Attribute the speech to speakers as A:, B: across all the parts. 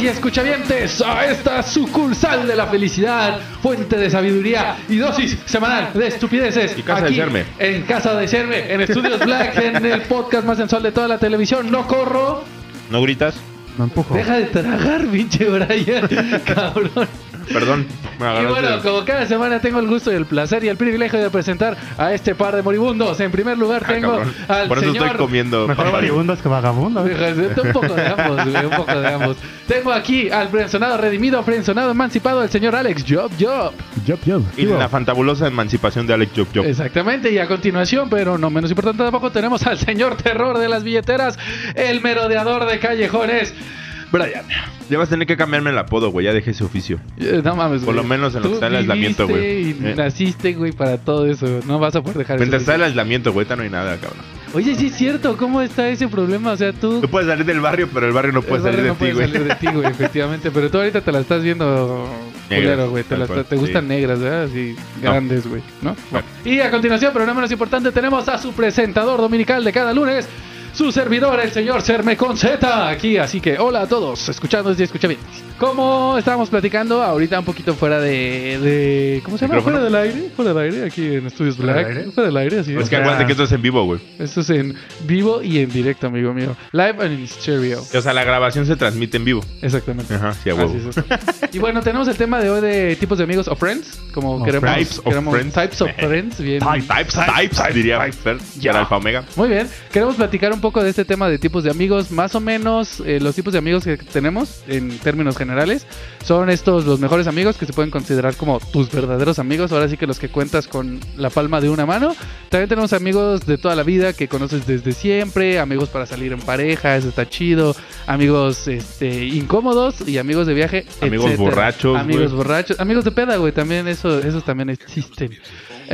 A: y escuchavientes a esta sucursal de la felicidad, fuente de sabiduría y dosis semanal de estupideces.
B: Y casa de
A: Aquí,
B: Cerme.
A: En Casa de Cerme, en Estudios Black, en el podcast más sensual de toda la televisión. No corro,
B: ¿No gritas?
C: No
B: Oh.
C: empujo.
A: deja de tragar, pinche Brian, cabrón.
B: Perdón. me
A: Y
B: agarraste
A: bueno,
B: de-
A: como cada semana tengo el gusto y el placer y el privilegio de presentar a este par de moribundos. En primer lugar
B: Ah,
A: tengo
B: cabrón.
A: al
B: Por eso
A: señor...
B: estoy comiendo.
C: Mejor
B: papaya.
C: moribundos que vagabundos.
A: Un poco de ambos, güey, un poco de ambos. Tengo aquí al frenzonado redimido, frenzonado emancipado, el señor Alex Job Job.
C: Job, job.
B: Y la fantabulosa emancipación de Alex Job Job.
A: Exactamente, y a continuación, pero no menos importante tampoco, tenemos al señor terror de las billeteras, el merodeador de callejones, Brian.
B: Ya vas a tener que cambiarme el apodo, güey. Ya dejé ese oficio.
A: Eh, No mames,
B: Por
A: güey.
B: lo menos en lo
A: Tú
B: que está el aislamiento, güey.
A: viviste y
B: Eh.
A: Naciste, güey, para todo eso. No vas a poder dejar
B: Mientras
A: eso.
B: está el aislamiento, güey, ahorita no hay nada, cabrón.
A: Oye, sí es cierto, ¿cómo está ese problema? O sea, tú...
B: Tú puedes salir del barrio, pero el barrio no puede
A: El barrio
B: salir
A: no
B: de ti,
A: puede
B: güey.
A: salir de ti, güey, efectivamente. Pero tú ahorita te la estás viendo
B: Negras,
A: culero, güey. Te,
B: tal
A: la
B: cual,
A: está- te
B: sí.
A: gustan negras, ¿verdad? Así,
B: No.
A: grandes, güey. ¿no? Bueno. Y a continuación, pero no menos importante, tenemos a su presentador dominical de cada lunes, su servidor, el señor Serme con Z, aquí. Así que, hola a todos, escuchándonos y escucha bien. Como estábamos platicando ahorita un poquito fuera de... de- ¿Cómo se llama?
B: ¿Micrófono?
A: ¿Fuera del aire? ¿Fuera del aire? Aquí en Estudios
C: ¿Fuera del
A: Black.
C: aire?
A: ¿Fuera del aire? Así
B: Es que
C: O sea-
B: aguante que esto es en vivo, güey.
A: Esto es en vivo y en directo, amigo mío. Live and in stereo.
B: O sea, la grabación se transmite en vivo.
A: Exactamente.
B: Ajá, sí, a
A: Así
B: huevo.
A: es. Y bueno, tenemos el tema de hoy de tipos de amigos o friends, como
C: O
A: queremos.
B: friends. Types of
A: queremos-
B: friends.
A: Types of friends, bien.
B: Types, types, diría Fer, que era Alfa Omega.
A: Muy bien, queremos platicar un poco de este tema de tipos de amigos, más o menos eh, los tipos de amigos que tenemos en términos generales. Son estos los mejores amigos que se pueden considerar como tus verdaderos amigos, ahora sí que los que cuentas con la palma de una mano. También tenemos amigos de toda la vida que conoces desde siempre, amigos para salir en pareja, eso está chido, amigos este, incómodos y amigos de viaje.
B: Amigos
A: etcétera.
B: borrachos,
A: Amigos
B: güey.
A: borrachos, amigos de peda, güey, también eso, esos también existen.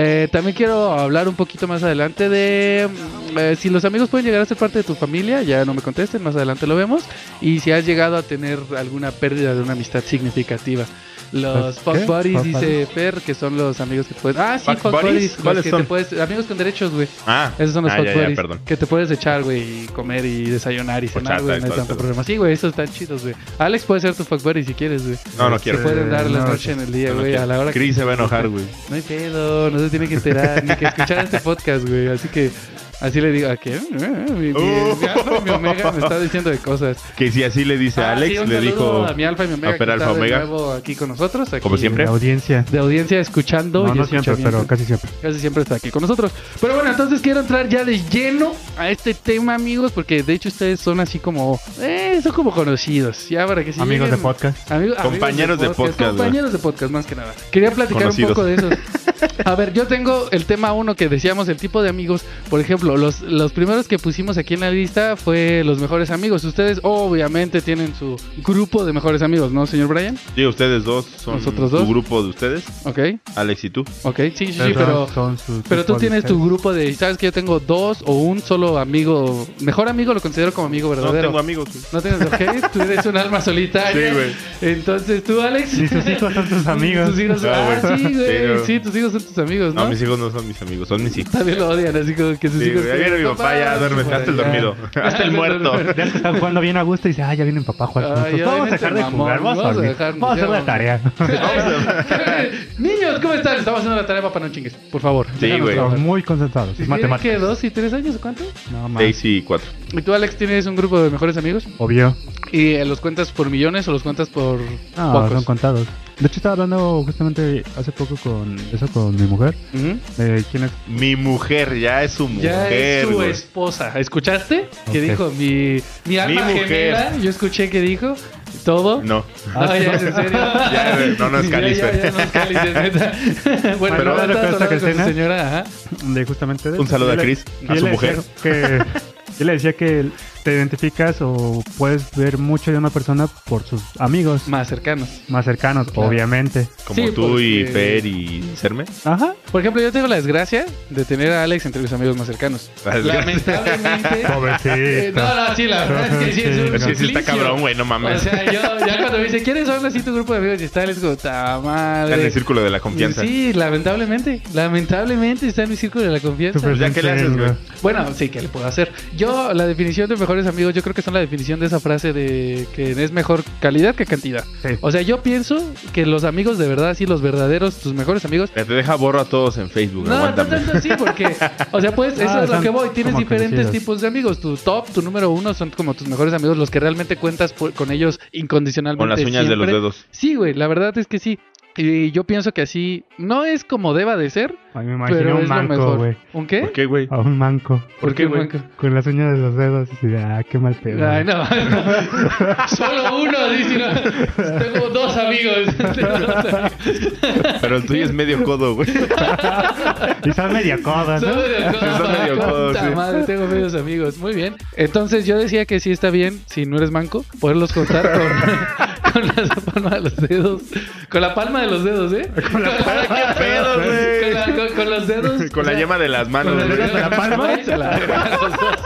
A: Eh, también quiero hablar un poquito más adelante de mm, eh, si los amigos pueden llegar a ser parte de tu familia, ya no me contesten, más adelante lo vemos, y si has llegado a tener alguna pérdida de una amistad significativa. Los
C: ¿Qué?
A: fuck buddies,
C: Fuck
A: dice
C: buddies.
A: Fer, que son los amigos que puedes... Ah, sí,
B: ¿Fuck
A: fuck,
B: buddies?
A: buddies, los
B: ¿Cuáles
A: que
B: son?
A: Te puedes... Amigos con derechos, güey.
B: Ah,
A: Esos son los
B: ah,
A: hot
B: ya, ya,
A: buddies
B: perdón.
A: que te puedes echar, güey, y comer y desayunar y cenar,
B: Horchata
A: güey,
B: y
A: no hay
B: todo
A: tanto
B: eso.
A: problema. Sí, güey, esos están chidos, güey. Alex puede ser tu fuck buddy si quieres, güey.
B: No, no
C: Sí,
B: quiero.
C: sí.
A: Pueden dar la
C: no,
A: noche en el día,
B: No, no
A: güey,
B: quiero.
A: a la hora que
B: Chris se va a enojar, güey.
A: no hay pedo, no se tiene que enterar ni que escuchar este podcast, güey. Así que, así le digo, ¿a qué? Eh, Mi, mi-
B: Oh.
A: mi alfa y mi omega me está diciendo de cosas.
B: Que si así le dice a
A: Ah,
B: Alex,
A: sí, un
B: le
A: saludo
B: dijo.
A: A mi alfa y mi omega,
B: a Fer
A: que
B: Alfa
A: está de
B: Omega.
A: nuevo aquí con nosotros. aquí
B: Como siempre.
C: La audiencia.
A: De audiencia escuchando.
C: No,
A: y
C: no siempre,
A: escuchamiento.
C: pero casi siempre.
A: Casi siempre está aquí con nosotros. Pero bueno, entonces quiero entrar ya de lleno a este tema, amigos, porque de hecho ustedes son así como, eh, son como conocidos. Ya para que sí
C: Amigos de
A: lleguen-
C: podcast.
A: Amigo- amigos
B: Compañeros de podcast, güey.
A: Compañeros de podcast, más que nada. Quería platicar
B: Conocidos.
A: un poco de eso. A ver, yo tengo el tema uno que decíamos, el tipo de amigos. Por ejemplo, los, los primeros que pusimos aquí en la lista fue los mejores amigos. Ustedes obviamente tienen su grupo de mejores amigos, ¿no, señor Brian?
B: Sí, ustedes dos son
A: Nosotros
B: tu
A: dos.
B: grupo de ustedes,
A: Ok,
B: Alex y tú.
A: ok, sí, sí, sí, pero...
C: Son su
A: Pero tú
C: tipo de
A: tienes tu
C: amistades.
A: grupo de, ¿sabes que yo tengo dos o un solo amigo? Mejor amigo lo considero como amigo
B: No
A: verdadero.
B: tengo amigos, güey.
A: No tienes, ok, tú eres un alma solitaria.
B: Sí, güey.
A: Entonces tú, Alex.
C: Y sus hijos son tus amigos.
A: Tus hijos,
B: No,
A: ah,
B: güey.
A: sí,
B: Sí,
A: güey.
B: no.
A: Sí, tus hijos son tus amigos,
B: No,
A: ¿no?
B: mis hijos no son mis amigos, son mis hijos.
A: También lo odian, así como que sus
B: Sí,
A: hijos.
B: güey, ahí viene mi papá, ya duerme,
A: por
B: hasta el
A: allá.
B: dormido, hasta el muerto.
C: Ya que están jugando bien a gusto y dice, ah, ya viene mi papá a jugar con
A: Ah, ya
C: nosotros. Vamos a
A: viene
C: dejar
A: este
C: de
A: mamón,
C: jugar, vamos a dormir.
A: dejar-
C: Vamos a hacer
A: ya
C: la tarea.
A: Niños, ¿cómo están? Estamos haciendo la tarea, papá, no chingues. Por favor. déjanos
B: güey.
C: Estamos
A: trabajar.
C: muy concentrados. Es
A: ¿Tienen
C: matemática.
A: que dos y tres años o cuánto?
C: No, más.
B: Daisy y cuatro.
A: ¿Y tú, Alex, tienes un grupo de mejores amigos?
C: Obvio.
A: ¿Y eh, los cuentas por millones o los cuentas por
B: Ah,
C: No,
A: Ah, pocos?
C: son contados. De hecho, estaba hablando justamente hace poco con eso con mi mujer.
A: Ujú.
C: Eh, ¿Quién es?
B: Mi mujer ya es su
A: Ya
B: mujer,
A: es su
B: güey.
A: esposa. ¿Escuchaste? Que
C: Ok.
A: dijo mi, mi alma
B: mujer.
A: gemela. Yo escuché que dijo todo.
B: No.
A: No, ya es en serio.
B: Ya, güey, no, no es
A: Ya,
B: cáliz,
A: ya,
B: güey.
A: ya, no es cáliz, es neta. bueno, pero
C: Pero- ¿Lo que
A: hablando
C: cuesta
A: con
C: que
A: su
C: cena?
A: señora, ajá.
C: de justamente de-
B: Un saludo
C: yo
B: a
C: le-
B: Chris,
C: yo
B: a su
C: le decía
B: mujer.
C: que- yo le decía que te identificas o puedes ver mucho de una persona por sus amigos
A: Más cercanos.
C: más cercanos,
A: Claro.
C: obviamente.
B: Como
A: Sí,
B: tú y
A: porque-
B: Fer y Serme.
C: Ajá.
A: Por ejemplo, yo tengo la desgracia de tener a Alex entre mis amigos más cercanos.
B: La desgracia.
A: Lamentablemente. Eh,
C: Pobrecito.
A: no, no, sí, la verdad es que sí es un
B: Sí,
C: Sí,
B: sí está
A: suplicio.
B: cabrón, güey, no
A: O
B: mames.
A: sea, yo ya cuando me dice, ¿quiénes son así tu grupo de amigos? Y está Alex como, "Ta
B: Está en el
A: madre.
B: círculo de la confianza.
A: Sí, lamentablemente. Lamentablemente está en mi círculo de la confianza.
C: Súper
B: Pues ya, ¿qué le haces, güey?
A: Bueno, sí, ¿qué le puedo hacer? Yo, la definición de mejor mejores amigos, yo creo que son la definición de esa frase de que es mejor calidad que cantidad.
C: Sí.
A: O sea, yo pienso que los amigos de verdad, sí, los verdaderos, tus mejores amigos.
B: Te deja borro a todos en Facebook,
A: No, no
B: Eh, aguántame.
A: tanto así, porque, o sea, pues, eso
C: Ah,
A: es lo
C: son
A: que voy. Tienes
C: como
A: diferentes
C: conocidos.
A: tipos de amigos. Tu top, tu número uno, son como tus mejores amigos, los que realmente cuentas por- con ellos incondicionalmente.
B: Con las uñas de los
A: siempre.
B: dedos.
A: Sí, güey, la verdad es que sí. Y yo pienso que así no es como deba de ser,
C: A mí me imaginé
A: pero
C: un
A: es lo
C: manco,
A: mejor.
C: güey.
A: ¿Un qué?
B: ¿Por qué, güey?
C: A un manco.
B: ¿Por qué, güey?
A: manco?
C: Con las uñas de los dedos. Y, ah, qué mal pedo.
A: Ay, no. Solo uno, dice. no. Tengo dos amigos. Tengo dos amigos.
B: Pero el tuyo es medio codo, güey.
C: Y son medio codas, ¿no?
A: Solo de codo.
B: Son medio codos,
A: Puta
B: sí.
A: madre, tengo medios amigos. Muy bien. Entonces yo decía que sí está bien, si no eres manco, poderlos contar con, con la palma de los dedos. Con la palma de los dedos, ¿eh? Con la palma
B: ¿Qué pedo, güey?
A: Con, la- con- con los dedos.
B: Con
A: o
B: la
A: sea,
B: yema de las manos,
A: con la
B: güey.
A: yema de la palma. se la- los dos,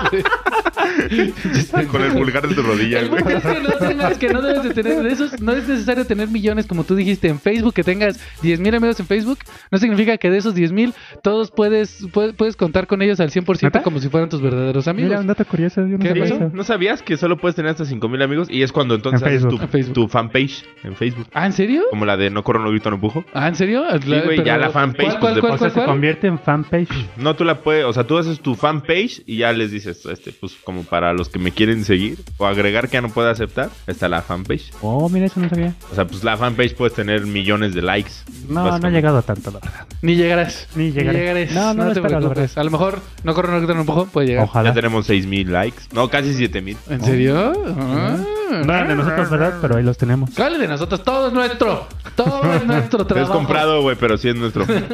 A: güey.
B: Con el vulgar de tu rodilla,
A: El
B: güey.
A: punto es que no, tengas- que no debes de tener de esos, no es necesario tener millones, como tú dijiste, en Facebook, que tengas 10.000 mil amigos en Facebook, no significa que de esos 10.000 mil todos puedes, puedes, puedes contar con ellos al 100%
C: ¿Neta?
A: como si fueran tus verdaderos amigos.
C: Mira, un dato curioso. Yo no
A: ¿Qué
C: sabía
A: pasó?
C: eso.
B: ¿No sabías que solo puedes tener hasta 5000 amigos? Y es cuando entonces
C: En
B: haces
C: Facebook.
B: tu-
A: En Facebook.
B: tu fanpage en Facebook.
A: ¿Ah, en serio?
B: Como la de no corro, no grito, no empujo.
A: ¿Ah, en serio?
B: güey,
A: Pero-
B: ya la
A: ¿Cuál,
B: fanpage, pues,
A: cuál,
B: de-
A: cuál,
C: O sea,
A: cuál,
C: se
A: cuál?
C: convierte en fanpage.
B: No, tú la puedes, o sea, tú haces tu fanpage y ya les dices, este, pues como para los que me quieren seguir o agregar que ya no pueda aceptar, está la fanpage.
C: Oh, mira, eso no sabía.
B: O sea, pues la fanpage puedes tener millones de likes.
C: No, no he llegado a tanto, la verdad.
A: Ni llegarás.
C: Ni llegaré. No, no,
A: te
C: espero, la
A: preocupes. A lo mejor no corro, no grito, no empujo, puede llegar.
B: Ya
C: Ojalá.
B: tenemos 6000 likes. No, casi 7000.
A: ¿En serio? Ah.
C: No eran de nosotros, ¿verdad? Pero ahí los tenemos.
A: ¿Cuál de nosotros? Todo es nuestro. Todo es nuestro
B: Te has
A: trabajo.
B: comprado, güey, pero sí es nuestro.
A: Son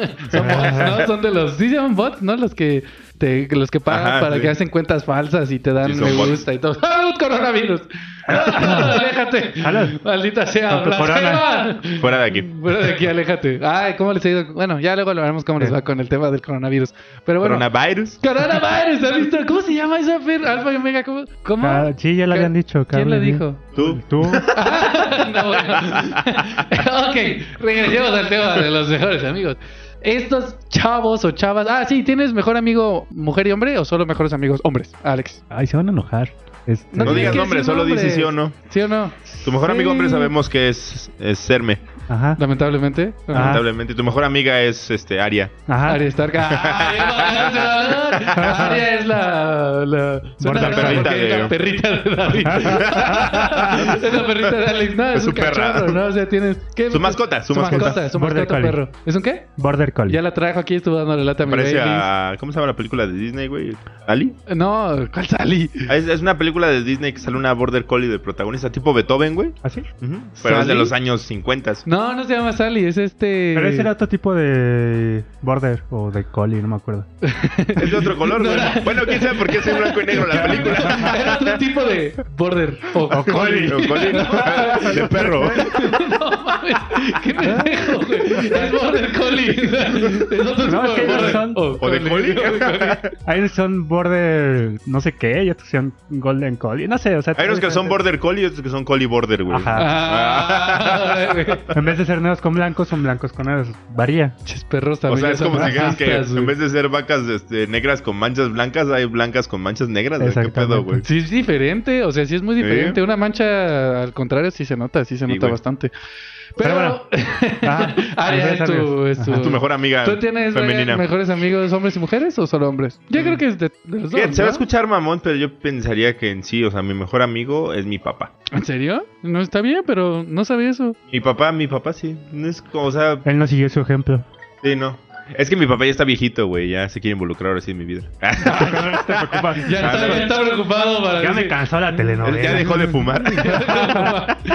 A: bots, ¿no? Son de los. Sí, se llaman bots, ¿no? Los que, te, que los que pagan
B: Ajá,
A: para
B: sí.
A: que hacen cuentas falsas y te dan
B: Sí, son
A: me
B: bots.
A: gusta y todo. ¡Ah, coronavirus! ¡Ah, ¡Aléjate!
C: Salud.
A: ¡Maldita sea!
C: Con tu corona.
A: ¡Blasfema!
B: Fuera de aquí.
A: Fuera de aquí, aléjate. Ay, ¿cómo les ha ido? Bueno, ya luego lo veremos cómo les va con el tema del coronavirus. Pero bueno.
B: Coronavirus.
A: ¡Coronavirus! ¿Has visto? ¿Cómo se llama esa Fer? Alfa y Omega. ¿Cómo? ¿Cómo?
C: Ah, sí, ya lo habían dicho.
A: ¿Quién
C: Carlos,
A: lo
C: ¿sí?
A: dijo?
B: Tú.
C: Tú.
A: No, bueno. ok, regresemos al tema de los mejores amigos. Estos chavos o chavas. Ah, sí, ¿tienes mejor amigo mujer y hombre o solo mejores amigos hombres, Alex?
C: Ay, se van a enojar. Este,
A: No
B: No
A: tienes
B: digas
A: que
B: nombre,
A: decir
B: solo
A: nombres.
B: dices sí o no.
A: ¿Sí o no?
B: Tu mejor amigo
C: Sí.
B: hombre sabemos que es, es Serme,
C: Ajá.
A: Lamentablemente.
C: Ah.
B: lamentablemente. Tu mejor amiga es este Aria.
C: Ajá.
A: Aria Stark. Ah, Aria es la. la suena
B: Morta
A: raro
B: perrita
A: porque es
B: de-
A: La perrita de David. es la perrita de Alex. No, es,
B: Es
A: un
B: su perra.
A: cachorro, ¿no? O sea, tienes. ¿qué?
B: Su mascota, su mascota.
A: Su
C: Border
A: mascota,
C: Collie.
A: perro. ¿Es un qué?
C: Border Collie.
A: Ya la trajo aquí, estuvo dándole lata a mi
B: Parece
A: Baileys.
B: a. ¿Cómo se llama la película de Disney, güey? ¿Ali?
A: No, ¿cuál salí?
B: Ah, Es, es una película de Disney que sale una border collie de protagonista, tipo Beethoven, güey.
C: ¿Así?
B: Pero es de
A: ¿Sally?
B: los años 50.
A: No, no se llama Sally, es este.
C: Pero ese era otro tipo de border o de collie, no me acuerdo.
B: Es de otro color,
A: No.
B: güey. Bueno, quién sabe por qué es en blanco y negro la película.
A: Era otro tipo de border. O,
B: collie. O collie, ¿no? De perro.
A: No mames, qué pendejo, güey. Es border collie. Es otro
C: No,
A: tipo
C: es que
A: de
C: ellos
A: border.
C: son-
B: O de collie.
C: Hay unos que son border no sé qué, y otros que son golden collie, no sé, o sea...
B: Hay unos que son border collie y otros que son collie border, güey.
C: Ajá.
A: Ah, güey.
C: En vez de ser negros con blancos, son blancos con negros. Varía.
A: Chis perros
B: O
A: también.
B: sea, es
A: ya son
B: como si dijeras que
A: racistas,
B: en
A: güey.
B: vez de ser vacas este, negras con manchas blancas, hay blancas con manchas negras. güey. ¿Qué
C: Exactamente.
B: pedo, güey?
A: Sí, es diferente, o sea, sí es muy
B: Sí.
A: diferente. Una mancha, al contrario, sí se nota, sí se
B: Sí,
A: nota
B: güey.
A: bastante. Pero,
C: Pero bueno. Ajá.
A: Aria es Ah, tu, es tu-
C: Ajá.
B: Es tu mejor amiga
A: ¿Tú tienes
B: Ah, femenina.
A: Brian, mejores amigos hombres y mujeres o solo hombres? Yo creo que es de, de los dos.
B: Que se va a
A: ¿no?
B: escuchar mamón, pero yo pensaría que en sí, o sea, mi mejor amigo es mi papá.
A: ¿En serio? No está bien, pero no sabía eso.
B: Mi papá, mi papá sí. No es, como- o sea,
C: Él no siguió su ejemplo.
B: sí, no. Es que mi papá ya está viejito, güey. Ya se quiere involucrar ahora sí en mi vida.
A: Ya
B: Ah,
A: está,
B: no.
A: ya está preocupado para.
C: Ya me
A: decir-
C: cansó la telenovela.
B: Él ya dejó de fumar.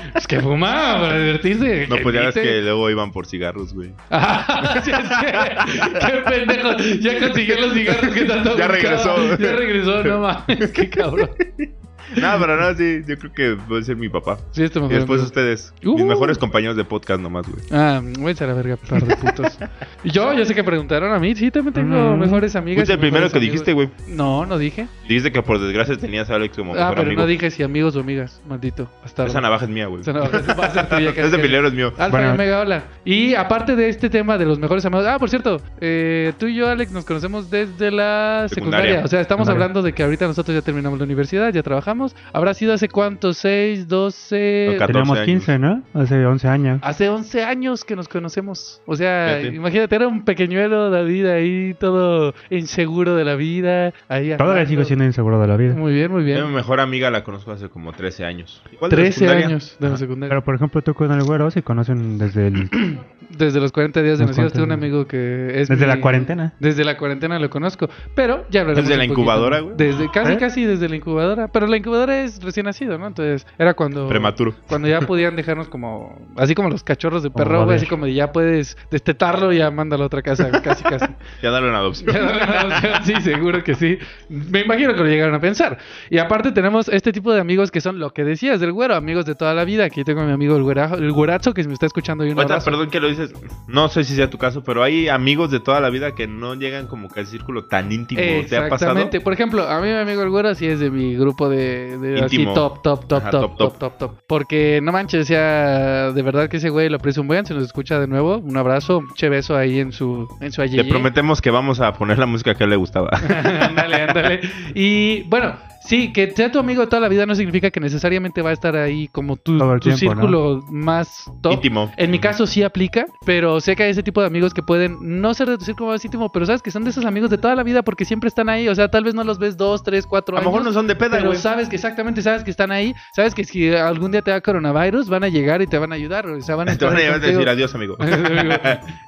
A: Es que fumaba para divertirse.
B: No, pues ya ves
A: pite.
B: que luego iban por cigarros, güey.
A: Ah, sí, es que- Qué pendejo. Ya consiguió los cigarros que tanto.
B: Ya
A: buscaba.
B: regresó.
A: Ya regresó, no mames. Qué cabrón.
B: No, pero no, sí, yo creo que puede ser mi papá.
A: Sí, esto me
B: Y después ustedes, mis
A: Uh.
B: mejores compañeros de podcast nomás, güey.
A: Ah, güey, a la verga, par de putos. Yo, yo sé que preguntaron a mí. Sí, también tengo
C: Mm.
A: mejores amigas.
B: Fuiste el
A: y
B: primero
A: mejores
B: que
A: amigos.
B: dijiste, güey.
A: No, no dije.
B: Dijiste que por desgracia tenías a Alex como
A: Ah,
B: mejor
A: pero
B: amigo.
A: no dije si amigos o amigas, maldito. Hasta
B: Esa navaja es mía, güey.
A: Esa navaja. Va a ser tuya,
B: Ese
A: Cascabel.
B: pilero es mío.
A: Alfa
C: Bueno.
A: y Omega, hola. Y aparte de este tema de los mejores amigos. Ah, por cierto, eh, tú y yo, Alex, nos conocemos desde la secundaria.
B: Secundaria.
A: O sea, estamos
C: Secundaria.
A: hablando de que ahorita nosotros ya terminamos la universidad, ya hablamos, habrá sido hace cuántos, 6, 12,
B: Acá. 14
C: Teníamos
B: años.
C: 15, ¿no? Hace 11 años.
A: hace 11 años que nos conocemos. O sea,
B: Fíjate.
A: imagínate, era un pequeñuelo David ahí, todo inseguro de la vida. Ahí
C: Todavía
A: andando.
C: sigo siendo inseguro de la vida.
A: Muy bien, muy
B: Yo, Mi
A: bien.
B: mejor amiga la conozco hace como 13 años. ¿Cuál de la
A: 13
B: secundaria?
A: años de la
B: Ajá.
A: secundaria.
C: Pero por ejemplo, tú con el güero se conocen desde el,
A: Desde los 40 días de
C: Los
A: nacidos tengo un
C: 40
A: amigo que es...
C: desde
A: mi-
C: la cuarentena.
A: Desde la cuarentena lo conozco, pero ya hablaremos
B: ¿Desde la
A: un poquito.
B: incubadora, güey?
A: Desde casi
C: ¿Eh?
A: casi desde la incubadora, pero la incubadora es recién nacido, ¿no? Entonces, era cuando
B: Prematuro.
A: cuando ya podían dejarnos como así como los cachorros de perro,
C: a
A: güey,
C: ver.
A: así como de ya puedes destetarlo y ya mándalo a otra casa, casi casi.
B: Ya dale una adopción.
A: Ya no hay nada, o sea, sí, seguro que sí. Me imagino que lo llegaron a pensar. Y aparte tenemos este tipo de amigos que son lo que decías del güero, amigos de toda la vida. Aquí tengo a mi amigo el güerazo, el güerazo que me está escuchando y un
B: Ahorita,
A: abrazo.
B: perdón que lo dices, no sé si sea tu caso, pero hay amigos de toda la vida que no llegan como que al círculo tan íntimo. ¿Te ha pasado?
A: Exactamente. Por ejemplo, a mí mi amigo el güero sí es de mi grupo de, de así
B: Íntimo.
A: top, top, top,
B: Ajá,
A: top,
B: top,
A: top, top, top. Porque no manches, o sea, de verdad que ese güey lo aprecio un buen, se nos escucha de nuevo. Un abrazo, un che beso ahí en su en su
B: Le
A: ayeye.
B: prometemos que vamos a poner la música que a él le gustaba.
A: ándale, ándale. Y bueno, sí, que sea tu amigo de toda la vida no significa que necesariamente va a estar ahí como tu,
C: Todo el
A: tu
C: tiempo,
A: círculo más top.
B: íntimo.
A: En mi caso sí aplica, pero sé que hay ese tipo de amigos que pueden no ser de tu círculo más íntimo, pero sabes que son de esos amigos de toda la vida porque siempre están ahí. O sea, tal vez no los ves dos, tres, cuatro
B: A lo
A: años.
B: mejor no son de peda,
A: pero
B: güey.
A: sabes que exactamente, sabes que están ahí, sabes que si algún día te da coronavirus van a llegar y te van a ayudar, o sea, van a
B: Te
A: estar
B: van a
A: ahí
B: llevar a
A: contigo.
B: decir adiós, amigo.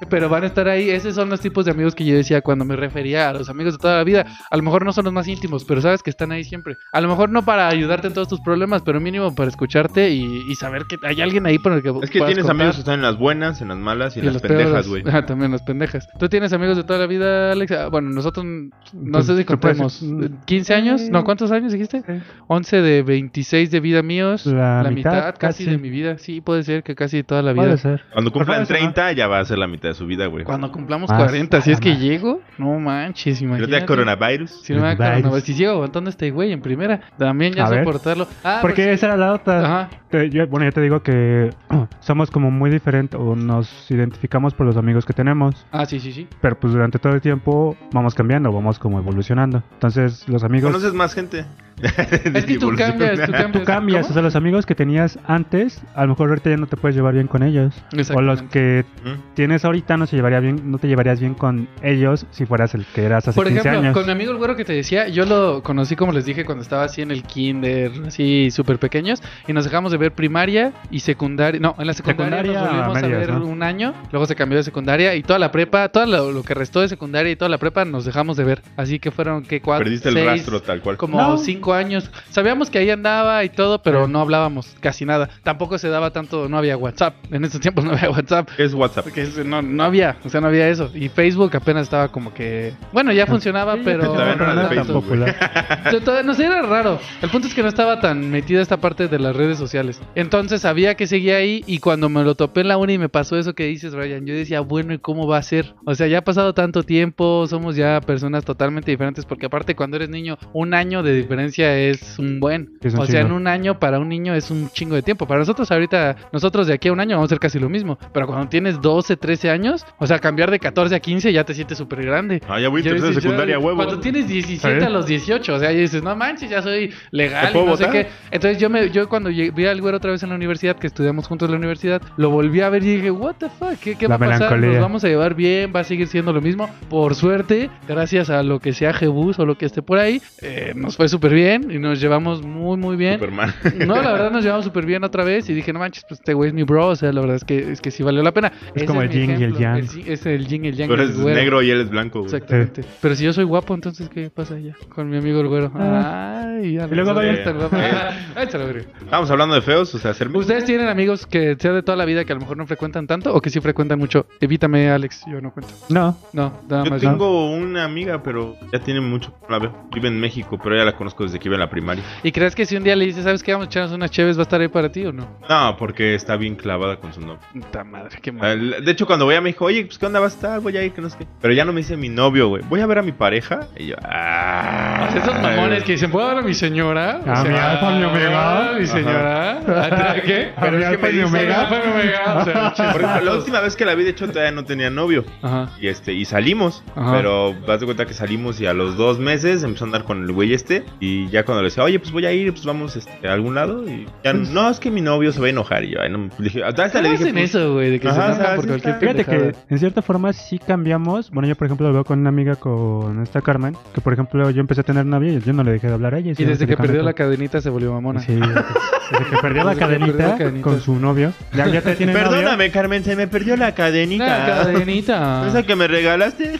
A: Pero van a estar ahí. Esos son los tipos de amigos que yo decía cuando me refería a los amigos de toda la vida. A lo mejor no son los más íntimos, pero sabes que están ahí siempre. A lo mejor no para ayudarte en todos tus problemas, pero mínimo para escucharte y, y saber que hay alguien ahí por el que
B: Es que
A: puedas
B: tienes
A: contar.
B: amigos que están en las buenas, en las malas y
A: Y
B: en las
A: los
B: pendejas,
A: peores.
B: güey.
A: Ajá, también las pendejas. ¿Tú tienes amigos de toda la vida, Alex? Ah, Bueno, nosotros n- no
C: Pues,
A: sé si
C: se puede
A: contemos.
C: decir-
A: ¿15 años? No, ¿cuántos años dijiste? 11 de 26 de vida míos.
C: La mitad,
A: casi, de
C: casi.
A: mi vida. Sí, puede ser que casi toda la vida.
C: Puede ser.
B: Cuando cumplan
C: Ajá, eso,
B: 30 ya va a ser la mitad de su vida, güey.
A: Cuando cumplamos
C: Más
A: 40, si es que
C: mamá.
A: llego, no manches,
B: ¿No te da
A: imagínate.
B: coronavirus?
A: Si no me da
C: Coronavirus.
A: coronavirus. Si sigo aguantando este güey en primera, también ya
C: A ver.
A: soportarlo. Ah,
C: Porque esa era la
A: pues,
C: otra.
A: Ajá.
C: Te- yo- bueno, ya te digo que somos como muy diferentes o nos identificamos por los amigos que tenemos.
A: Ah, sí, sí, sí.
C: Pero pues durante todo el tiempo vamos cambiando, vamos como evolucionando. Entonces los amigos...
B: ¿Conoces más gente?
A: Es que tú cambias, tú cambias.
C: Tú cambias, o sea, los amigos que tenías antes, a lo mejor ahorita ya no te puedes llevar bien con ellos. O los
A: Exactamente.
C: que
B: Ujú.
C: tienes ahorita no se llevaría bien, no te llevarías bien con ellos si fueras el que eras hace
A: Por
C: 15
A: ejemplo,
C: años.
A: con mi amigo el güero que te decía, yo lo conocí como les dije cuando estaba así en el kinder, así súper pequeños, y nos dejamos de ver primaria y secundaria. No, en la secundaria,
C: Secundaria
A: nos volvimos
C: a
A: a
C: medias,
A: ver
C: ¿no?
A: un año, luego se cambió de secundaria y toda la prepa, todo lo, lo que restó de secundaria y toda la prepa nos dejamos de ver. Así que fueron, ¿qué? Cuatro,
B: Perdiste el
A: seis,
B: rastro tal cual.
A: como
C: No.
A: cinco años. Sabíamos que ahí andaba y todo, pero no hablábamos casi nada. Tampoco se daba tanto, no había WhatsApp. En esos tiempos no había WhatsApp.
B: Es WhatsApp.
A: Porque eso no, no había, o sea, no había eso. Y Facebook apenas estaba como que. Bueno, ya funcionaba,
C: Sí,
A: pero.
B: todavía no era de
A: no
B: Facebook,
A: tanto.
B: güey.
A: Yo todavía- no sé, era raro. El punto es que no estaba tan metida esta parte de las redes sociales. Entonces sabía que seguía ahí y cuando me lo topé en la uni y me pasó eso que dices, Brian, yo decía, bueno, ¿y cómo va a ser? O sea, ya ha pasado tanto tiempo, somos ya personas totalmente diferentes porque aparte cuando eres niño, un año de diferencia es un buen.
C: Es un
A: o sea, en
C: chingo.
A: un año para un niño es un chingo de tiempo. Para nosotros ahorita, nosotros de aquí a un año vamos a ser casi lo mismo. Pero cuando tienes 12, 13 años, o sea, cambiar de 14 a 15 ya te sientes súper grande.
B: Ah, ya voy a
A: Ya
B: tercero de
A: dices, ya,
B: secundaria, huevo.
A: Cuando tienes 17
C: ¿Eh?
A: a los 18, o sea, y dices, no manches, ya soy legal,
B: ¿Te puedo
A: y no sé
B: votar?
A: qué. Entonces yo me, yo cuando llegué- vi al güero otra vez en la universidad, que estudiamos juntos en la universidad, lo volví a ver y dije, what the fuck, ¿qué, qué va
C: La
A: a pasar? Nos
C: melancolía.
A: vamos a llevar bien, va a seguir siendo lo mismo. Por suerte, gracias a lo que sea Jebus o lo que esté por ahí, eh, nos fue súper bien y nos llevamos muy, muy bien.
B: Superman.
A: No, la verdad nos llevamos súper bien otra vez y dije, no manches, pues este güey es mi bro, o sea, la verdad es que, es que sí valió la pena. Ese
C: como el
A: mi
C: yin y el
A: ejemplo,
C: yang.
A: sí- Es el yin y el yang.
B: Tú eres
A: del güero.
B: negro y él es blanco, güey.
A: Exactamente. Pero si yo soy guapo, entonces ¿qué pasa allá? Con mi amigo el güero. Ay, a la
C: Ah. Y luego
A: madre,
B: doy-
A: está el guapo.
B: Eh.
A: Ay, se lo veré.
B: Estamos hablando de feos, o sea, ser...
A: ¿Ustedes tienen amigos que sea de toda la vida que a lo mejor no frecuentan tanto o que sí frecuentan mucho? Evítame, Alex, yo no cuento.
C: No,
A: No, nada
B: Yo
A: más.
B: tengo una amiga, pero ya tiene mucho. La veo. Vive en México, pero ya la conozco desde que iba en la primaria.
A: ¿Y crees que si un día le dices, ¿sabes qué? Vamos a echarnos unas cheves, va a estar ahí para ti o no?
B: No, porque está bien clavada con su nombre.
A: Puta madre, qué mal.
B: El- De hecho, cuando voy a me dijo, oye, pues qué onda vas a estar, voy a ir, que no sé qué. Pero ya no me dice mi novio, güey. Voy a ver a mi pareja. Y yo, ah.
A: O sea, esos mamones que dicen, ¿puedo ver a mi señora? O
C: A
A: sea,
C: mi alfa, mi omega.
A: Mi señora. ¿Atrae qué?
B: Pero es que me
C: Alfa y
B: dice-
C: Omega.
A: Alfa y Omega, o sea, che-
B: Por ejemplo, la última vez que la vi, de hecho, todavía no tenía novio.
A: Ajá.
B: Y este, y salimos.
A: Ajá.
B: Pero vas de cuenta que salimos y a los dos meses empezó a andar con el güey este. Y ya cuando le decía, oye, pues voy a ir, pues vamos este, a algún lado. Y ya, no, es que mi novio se va a enojar. Y yo, ay, no, me- dije, hasta le
A: ¿Cómo
B: dije,
A: hacen
B: pues,
A: eso, güey? De que se
B: Ajá,
A: enojan
B: ajá,
A: por
B: sí
A: cualquier
B: está.
C: Fíjate que
A: pendejada?
C: en cierta forma sí cambiamos. Bueno, yo por ejemplo lo veo con una amiga con esta Carmen, que por ejemplo yo empecé a tener novia y yo no le dejé de hablar a ella.
A: Y desde que perdió la
C: cadenita.
A: cadenita se volvió mamona.
C: Sí, desde desde que perdió la
A: Desde que perdió la
C: cadenita
A: cadenita.
C: con su novio. Ya, ya te tiene novio.
B: Perdóname, Carmen, se me perdió la
A: Una
B: cadenita.
A: cadenita.
B: ¿Esa que me regalaste?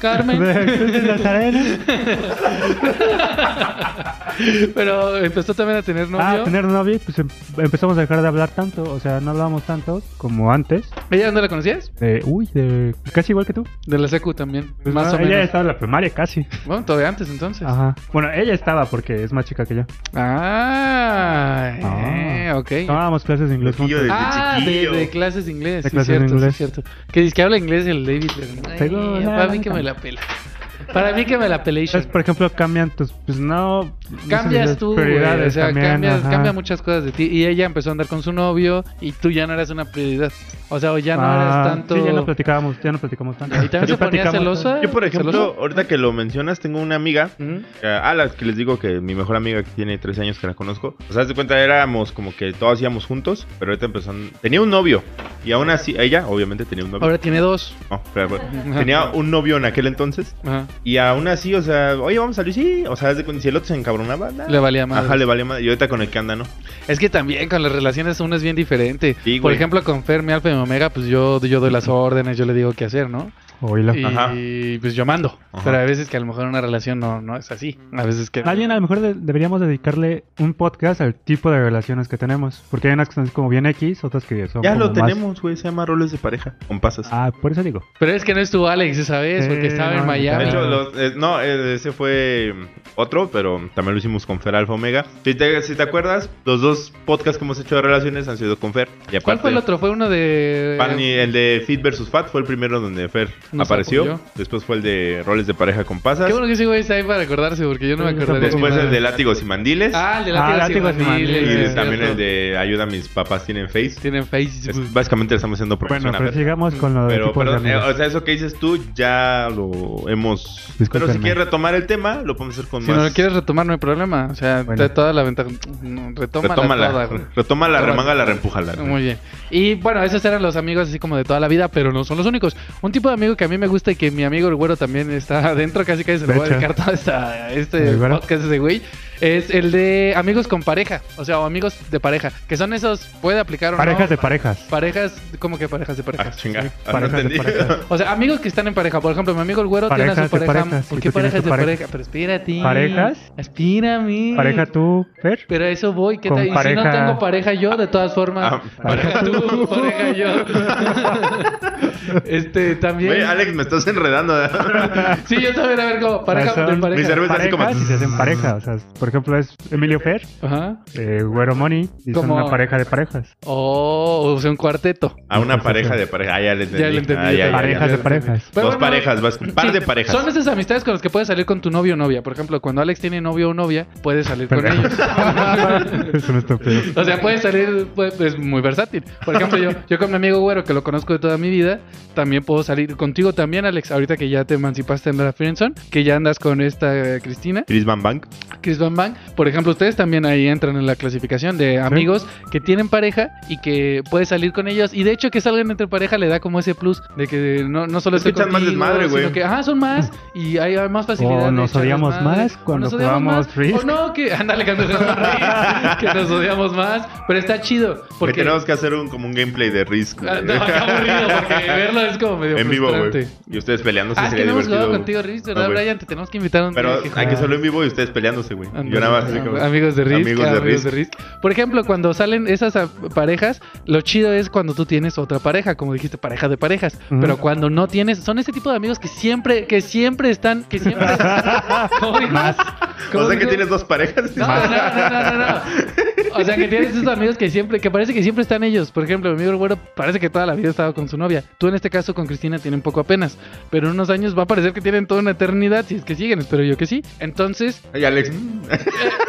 A: Carmen.
C: Pues, De Nazareno.
A: Pero empezó también a tener novio.
C: Ah, tener novio, y, pues em- empezamos a dejar de hablar tanto, o sea, no hablábamos tanto como antes.
A: ¿Ella no la conocías?
C: De, uy, de, pues, casi igual que tú.
A: De la secu también.
C: Pues,
A: más
C: no,
A: o
C: ella
A: menos.
C: estaba en la primaria casi.
A: Bueno, todavía antes entonces.
C: Ajá. Bueno, ella estaba porque es más chica que yo.
A: Ah, eh, ok.
C: Tomábamos clases de inglés
B: Loquillo
C: juntos.
B: de-
A: Ah, de,
B: chiquillo.
A: de clases de inglés,
C: Ah,
A: sí,
C: De clases de
A: cierto,
C: inglés.
A: sí, cierto. Que dice que habla inglés el David, pero ay,
C: Tengo la
A: para mí que
C: neta.
A: me la pela. Para mí que me la pelation.
C: Entonces, Pues, por ejemplo, cambian tus, pues no...
A: Cambias
C: las
A: tú, güey,
C: prioridades
A: o sea,
C: también,
A: cambias,
C: ajá.
A: cambia muchas cosas de ti. Y ella empezó a andar con su novio y tú ya no eras una prioridad. O sea, o ya no
C: Ah,
A: eras tanto...
C: Sí, ya no platicábamos, ya no platicamos tanto.
A: Y también se
C: Ya
A: ponía
C: platicamos
A: celosa.
B: Yo, por ejemplo,
A: ¿Celosa?
B: ahorita que lo mencionas, tengo una amiga
A: Ujú.
B: Eh, A las que les digo que mi mejor amiga que tiene 13 años que la conozco. O sea, haz de cuenta, éramos como que todos íbamos juntos, pero ahorita empezó. Tenía un novio. Y aún así, ella obviamente tenía un novio.
A: Ahora tiene dos.
B: No, pero, pero, tenía un novio en aquel entonces.
A: Ajá.
B: Y aún así, o sea, oye, vamos a salir, sí. O sea, haz de cuenta, si el otro se encabronaba, nah.
A: Le valía más.
B: Ajá, le valía más. Y ahorita con el que anda, ¿no?
A: Es que también con las relaciones uno es bien diferente.
B: Sí,
A: Por
B: güey.
A: ejemplo, con Fermi, Alfa y Omega, pues yo, yo doy las órdenes, yo le digo qué hacer, ¿no?
C: Oílo.
A: Y
B: Ajá.
A: pues yo mando.
B: Ajá.
A: Pero hay veces que a lo mejor una relación no, no es así. A veces que.
C: Alguien a lo mejor de- deberíamos dedicarle un podcast al tipo de relaciones que tenemos. Porque hay unas que son como bien X, otras que son.
B: Ya
C: como
B: lo
C: más-
B: tenemos, güey. Se llama Roles de Pareja. Con pasas.
C: Ah, por eso digo.
A: Pero es que no estuvo Alex esa vez, porque
C: Eh,
A: estaba en
C: no,
A: Miami.
B: De hecho,
C: Ah.
B: los- eh, no, eh, ese fue mm, otro, pero también lo hicimos con Fer Alfa Omega. Si te, si te acuerdas, los dos podcasts que hemos hecho de relaciones han sido con Fer. Y aparte,
A: ¿Cuál fue el otro? Fue uno de.
B: Pan y- el de Fit versus Fat fue el primero donde Fer
A: Nos
B: apareció.
A: apoyó.
B: Después fue el de roles de pareja con pasas.
A: Qué bueno que ese güey está ahí para acordarse, porque yo no me
C: Sí, yo
A: acordaría.
B: Después
A: ni
B: el de
A: madre.
B: látigos y mandiles.
A: Ah, el de
C: Ah,
A: látigos
C: látigos
A: y
C: y
B: y
A: mandiles.
C: mandiles,
A: es
C: sí,
B: también
A: cierto.
B: el de ayuda a mis papás tienen face.
A: Tienen
B: Es-
A: Facebook.
B: básicamente le estamos haciendo
C: Bueno,
B: promoción a
C: pero
B: Fer.
C: sigamos con lo de
B: Pero,
C: tipos
B: perdón,
C: de
B: eh,
C: amigos.
B: o sea, eso que dices tú ya lo hemos. Pero si
C: Discúlpenme.
B: quieres retomar el tema, lo podemos hacer con
A: Si
B: más.
A: no lo quieres retomar, no hay problema. O sea,
C: Bueno.
A: te- toda la ventaja. no, Retómala,
B: retómala,
A: toda, güey.
B: retómala,
A: Toda.
B: remangala, reempújala.
A: Muy bien. Y bueno, esos eran los amigos así como de toda la vida, pero no son los únicos. Un tipo de amigo que a mí me gusta y que mi amigo el güero también está adentro, casi casi se lo
C: De
A: voy a
C: hecho.
A: dedicar todo esta, este
C: ¿El güero?
A: podcast de güey, es el de amigos con pareja, o sea, o amigos de pareja, que son esos, puede aplicar o
C: Parejas
A: no.
C: de parejas.
A: Parejas, ¿cómo que parejas de
B: Ah,
A: parejas?
B: chinga. Ah, no
C: Parejas de
B: entendí.
C: parejas.
A: O sea, amigos que están en pareja. Por ejemplo, mi amigo el güero tiene a su
C: Parejas de
A: pareja.
C: parejas,
A: ¿Por
C: y
A: qué
C: tú tienes
A: parejas
C: tu
A: de
C: pareja.
A: pareja? Pero espérate.
C: ¿Parejas?
A: Aspírame.
C: Pareja tú, Fer.
A: Pero a eso voy, ¿qué
C: Con
A: tal? Y si no
C: pareja-
A: tengo pareja yo, de todas formas.
B: Ah,
A: pareja tú, pareja yo. este, también.
B: Güey, Alex, me estás enredando. ¿eh?
A: Sí, yo también, a ver, como pareja
C: Son
A: de
B: Mi
A: pareja.
B: cerveza así como.
C: Parejas y se hacen pareja. O sea, por ejemplo, es Emilio Fer,
A: Ajá.
C: eh, Güero Money, y son
A: Como-
C: una pareja de parejas.
A: Oh, o sea, un cuarteto.
B: A una pareja de pareja. Ah, ya le entendí.
A: Ya lo entendí.
B: Ah,
A: yo
B: ya, ya,
A: también.
B: ya.
C: Parejas de parejas.
A: Pero
B: Dos
A: bueno,
B: parejas, vas, un par
A: sí,
B: de parejas.
A: Son esas amistades con las que puedes salir con tu novio o novia. Por ejemplo, cuando Alex tiene novio o novia, puedes salir con
C: Pendejo.
A: ellos.
C: Eso no está peor.
A: O sea, puede salir, pues, es muy versátil. Por ejemplo, yo, yo con mi amigo güero, que lo conozco de toda mi vida, también puedo salir contigo también, Alex. Ahorita que ya te emancipaste en la Friendzone, que ya andas con esta eh, Cristina,
B: Chris Van Bank.
A: Chris Van Bang. Por ejemplo, ustedes también ahí entran en la clasificación de amigos que tienen pareja y que puedes salir con ellos. Y de hecho, que salgan entre pareja le da como ese plus de que no, no solo estoy
B: Escuchan más
A: contigo,
B: desmadre, güey.
A: sino que, ah, son más y hay hay más facilidad.
C: O
A: de
C: nos
A: echar
C: odiamos
A: desmadre.
C: más
A: O
C: cuando
A: nos odiamos
C: jugamos
A: más.
C: Risk.
A: O no, que, ándale, cuando jugamos Risk, que nos odiamos más. Pero está chido.
B: Porque
A: Porque
B: tenemos que hacer un, como un gameplay de Risk. güey.
A: Ah, No, qué aburrido, porque verlo es como medio
B: en vivo,
A: frustrante.
B: güey. Y ustedes peleándose
A: Ah, es que
B: sería
A: no hemos
B: divertido.
A: jugado
B: güey.
A: contigo, Risk,
B: No,
A: ¿verdad,
B: güey.
A: Brian? Te tenemos que invitar un Ah. día
B: Pero
A: que
B: hay que
A: juegues.
B: solo en vivo y ustedes peleándose, güey. Yo nada más así como-
A: Amigos de Risk.
B: Amigos de Risk.
A: Por ejemplo, cuando salen esas ah, parejas, lo chido es cuando tú tienes otra pareja, como dijiste, pareja de parejas.
C: Ujú.
A: Pero cuando no tienes, son ese tipo de amigos que siempre, que siempre están, que siempre. ¿Cómo dijo?
C: Más.
A: ¿Cómo
B: O sea que
A: dijo?
B: tienes dos parejas.
A: No, no, no, no, no, no. O sea, que tienes esos amigos que siempre, que parece que siempre están ellos. Por ejemplo, mi amigo el güero parece que toda la vida estaba con su novia. Tú en este caso con Cristina tienen poco apenas. Pero en unos años va a parecer que tienen toda una eternidad, si es que siguen, espero yo que sí. Entonces,
B: Y Alex.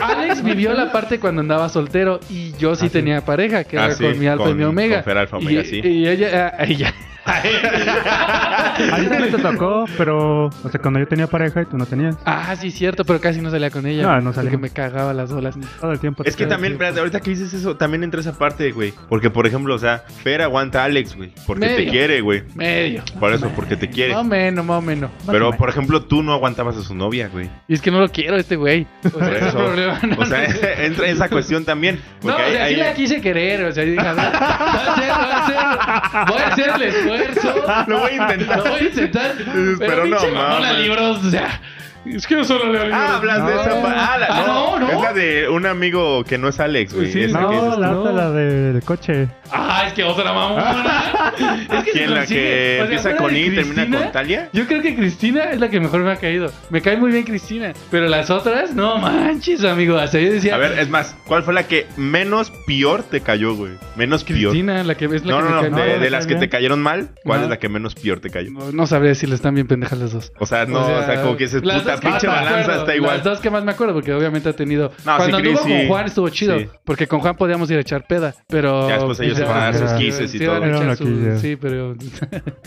A: Alex vivió la parte cuando andaba soltero y yo sí
B: Ah, sí.
A: tenía pareja, que
B: Ah,
A: era
B: sí,
A: con mi alfa y mi
B: con-
A: omega.
B: con Fer Alfa Omega,
A: y,
B: sí.
A: y ella, ah, ella.
C: A ti también te tocó, pero, o sea, cuando yo tenía pareja y tú no tenías.
A: Ah, sí, cierto, pero casi no salía con ella.
C: No, no
A: Porque
C: salía.
A: me cagaba las bolas.
B: Mm.
C: Todo el tiempo.
B: Es que también, espérate, ahorita que dices eso, también entra esa parte, güey. Porque, por ejemplo, o sea, Fer aguanta a Alex, güey. Porque
A: Medio.
B: te quiere, güey.
A: Medio.
B: Por eso, porque te quiere.
A: Más o menos, más o menos.
B: Pero, por ejemplo, tú no aguantabas a su novia, güey.
A: Y es que no lo quiero este güey. O sea,
B: Por
A: ese es el
B: eso.
A: problema. No,
B: O sea,
A: no.
B: entra esa cuestión también.
A: No, o
B: Porque ahí-
A: sea, sí
B: ahí-
A: la quise querer, o sea, yo dije, a ver, voy a hacer, voy a hacer, voy a hacer el esfuerzo.
B: Ah, Lo voy a intentar.
A: Lo voy a intentar. Pero,
B: Pero no,
A: pinche mamona
B: mames.
A: libros, o sea, es que no solo leo libros.
B: Ah, hablas de
C: No.
B: esa pa- Ah, la-
A: Ah, no,
B: no,
A: no.
B: Es la de un amigo que no es Alex, güey.
A: Sí,
B: esa que
C: No,
B: dices-
C: la
A: No.
C: otra, la del coche.
A: Ah, es que otra mamona. ¿eh? es que se
B: ¿Quién
A: consigue,
B: la
A: o
B: que
A: sea,
B: empieza
A: fuera
B: con
A: de
B: I y termina
A: Cristina,
B: con Talia?
A: Yo creo que Cristina es la que mejor me ha caído. Me cae muy bien Cristina. Pero las otras, no manches, amigo. O sea, yo decía,
B: A ver, es más, ¿cuál fue la que menos peor te cayó, güey? Menos peor.
A: Cristina, la que es la
B: No,
A: que
B: no,
A: me
B: no.
A: cae
B: De,
A: mal.
B: de las que te cayeron mal, ¿cuál
A: Ajá.
B: es la que menos peor te cayó?
A: No, no sabría decirles, están bien pendejas las dos.
B: O sea, no, o sea, como que dices,
A: las
B: puta
A: dos que
B: pinche
A: más me
B: balanza
A: acuerdo,
B: está igual.
A: Las dos que más me acuerdo, porque obviamente ha tenido.
B: No,
A: Cuando
B: sí,
A: anduvo
B: Cris,
A: con
B: sí.
A: Juan estuvo chido,
B: Sí.
A: porque con Juan podíamos ir a echar peda, pero. "Ah,
B: Ya después ellos
A: se
C: van a dar sus
B: quises y todo.
C: Eran loquillos.
A: sí, pero.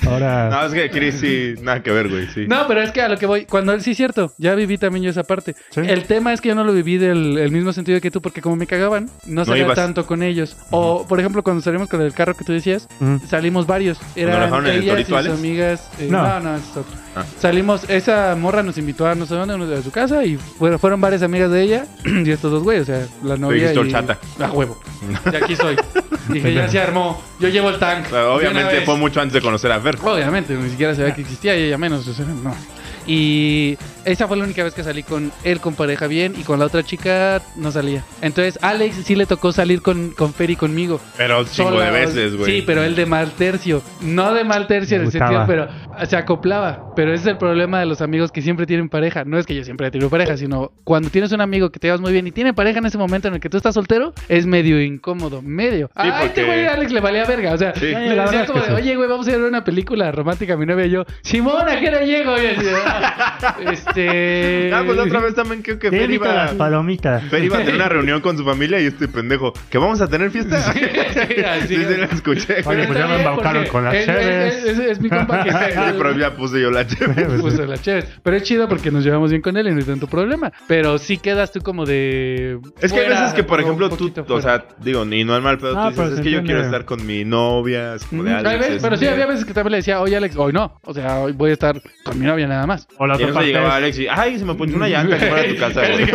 C: Ahora.
B: No, es que Chris sí, nada que ver, güey, sí.
A: No, pero es que a lo que voy, cuando sí es cierto, ya viví también yo esa parte.
C: Sí.
A: El tema es que yo no lo viví del el mismo sentido que tú, porque como me cagaban, no salía
B: ibas.
A: tanto con ellos. O, por ejemplo, cuando salimos con el carro que tú decías,
C: Mm.
A: salimos varios. Eran
B: bajaron en
A: ellas
B: el
A: y sus
B: Torito, Alex?
A: amigas. eh,
C: No.
A: no, no, eso es otro.
B: Ah.
A: Salimos, esa morra nos invitó a no sé dónde, a su casa, y fueron, fueron varias amigas de ella y estos dos güeyes, o sea, la novia
B: dijiste
A: y...
B: horchata.
A: A huevo. Y aquí estoy. Dije, ya se armó, yo llevo el tank.
B: O sea,
A: De una
B: obviamente
A: vez.
B: fue mucho antes de conocer a Fer.
A: Obviamente, ni siquiera sabía que existía y ella menos, o sea, no. Y esa fue la única vez que salí con él con pareja bien y con la otra chica no salía. Entonces, Alex sí le tocó salir con, con Fer y conmigo.
B: Pero un chingo
A: Sola,
B: de veces, güey.
A: Sí, pero él de mal tercio. No de mal tercio en
C: Me
A: el sentido,
C: gustaba.
A: pero ah, se acoplaba. Pero ese es el problema de los amigos que siempre tienen pareja. No es que yo siempre he tenido pareja, sino cuando tienes un amigo que te llevas muy bien y tiene pareja en ese momento en el que tú estás soltero, es medio incómodo. Medio. ah, este
B: porque-
A: güey a Alex le valía verga. O sea,
B: Sí.
A: le
C: Sí, la verdad
A: decía
C: es
A: como
C: que
A: de,
C: sí.
A: oye, güey, vamos a ir a ver una película romántica. Mi novia y yo, Simona, que no llego. Y así, ah, este.
B: Ah, pues la otra vez también creo que
C: ¿Quién
B: Fer
C: invita a las
B: iba,
C: palomitas?
B: Fer iba a tener una reunión con su familia y este pendejo. ¿Que vamos a tener fiesta? Sí,
A: así
B: sí,
A: es.
B: la escuché, güey.
C: Oye, pues ya
A: Está
C: me
A: bien,
C: embaucaron
A: porque
C: con las
A: es- es-
C: cheves.
A: Es, es- es mi compa que
B: Sí, pero ya puse yo la chévere.
A: Pues a la chévere. Pero es chido porque nos llevamos bien con él y no hay tanto problema. Pero sí quedas tú como de.
B: Es que hay
A: fuera,
B: veces que, por
A: ¿no?
B: ejemplo,
A: Un
B: tú,
A: poquito
B: o
A: fuera.
B: sea, digo, ni no al mal, pero
C: Ah,
B: tú dices,
C: pero
B: es
C: se
B: que yo
C: entiende.
B: quiero estar con mi novia, es como de
A: Mm, hay
B: Alex,
A: veces-
B: es-
A: pero sí, había veces que también le decía, oye Alex, hoy no. O sea, hoy voy a estar con mi novia nada más.
C: O
B: Y
C: la otra
B: entonces
C: parte
B: llegaba
C: es,
B: Alex y, ay, se me ponchó una llanta que fuera de tu casa,
A: Casi,
B: güey.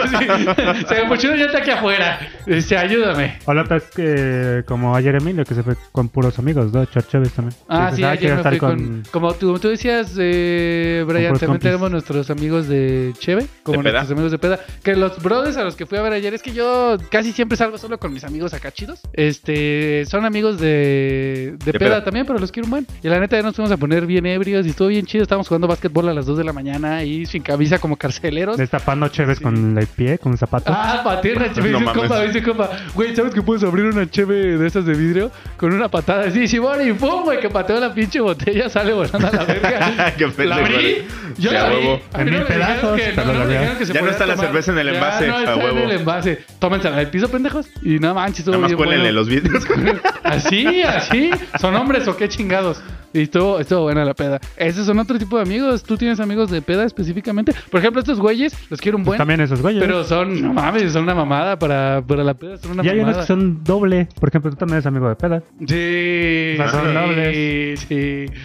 A: casi. Se me puso una llanta aquí afuera. Dice, ayúdame.
C: o la otra es que, como ayer Emilio, que se fue con puros amigos, ¿no? Chor Chévez también.
A: Ah,
C: Y
A: sí,
C: dices,
A: ayer
C: quiero
A: me fui con... Como tú, tú decías, eh, Brian,
C: puros
A: también
C: compis.
A: tenemos nuestros amigos de Cheve, como
B: ¿De peda?
A: nuestros amigos de peda. Que los brothers a los que fui a ver ayer, es que yo casi siempre salgo solo con mis amigos acá chidos. Este, son amigos de, de,
B: De
A: peda,
B: peda.
A: también, pero los quiero un buen. Y la neta ya nos fuimos a poner bien ebrios y estuvo bien chido. Estábamos jugando básquetbol a las 2 de la mañana y sin camisa como carceleros.
C: Destapando Chévez
A: Sí.
C: con el pie, con zapatos.
A: Ah, pateé una cheve. dice
B: No
A: un
B: mames.
A: compa, dice un compa. Güey, ¿sabes que puedes abrir una cheve de esas de vidrio con una patada así? Shibori, y pum, güey, que pateó la pinche botella, sale volando a la verga.
B: Qué
A: ¿La
B: pendejo,
A: abrí?
B: güey.
A: Yo
B: Sí,
A: la
B: a
A: abrí.
B: huevo.
A: A mí
C: En
A: no
C: mil
A: me dijeron
C: pedazos,
A: que- no,
C: pero
A: no
C: la
A: me
C: verdad.
A: dijeron que se
B: Ya no
A: podía
B: está la
A: tomar.
B: cerveza en el
A: Ya
B: envase,
A: no
B: a
A: está en
B: huevo.
A: el envase. Tómensela del piso, pendejos. Y no manches, estuvo
B: Nada más
A: bien
B: cuélenle
A: bueno.
B: los vídeos.
A: Así, así. ¿Son hombres o qué chingados? Y estuvo, estuvo buena la peda. Esos son otro tipo de amigos. ¿Tú tienes amigos de peda específicamente? Por ejemplo, estos güeyes, los quiero un buen.
C: También esos güeyes.
A: Pero son, no mames, son una mamada para, para la peda, son una
C: y hay unos
A: mamada.
C: que son doble. Por ejemplo, tú también eres amigo de peda.
A: Sí,
C: O sea, son
A: sí,
C: nobles.
A: sí.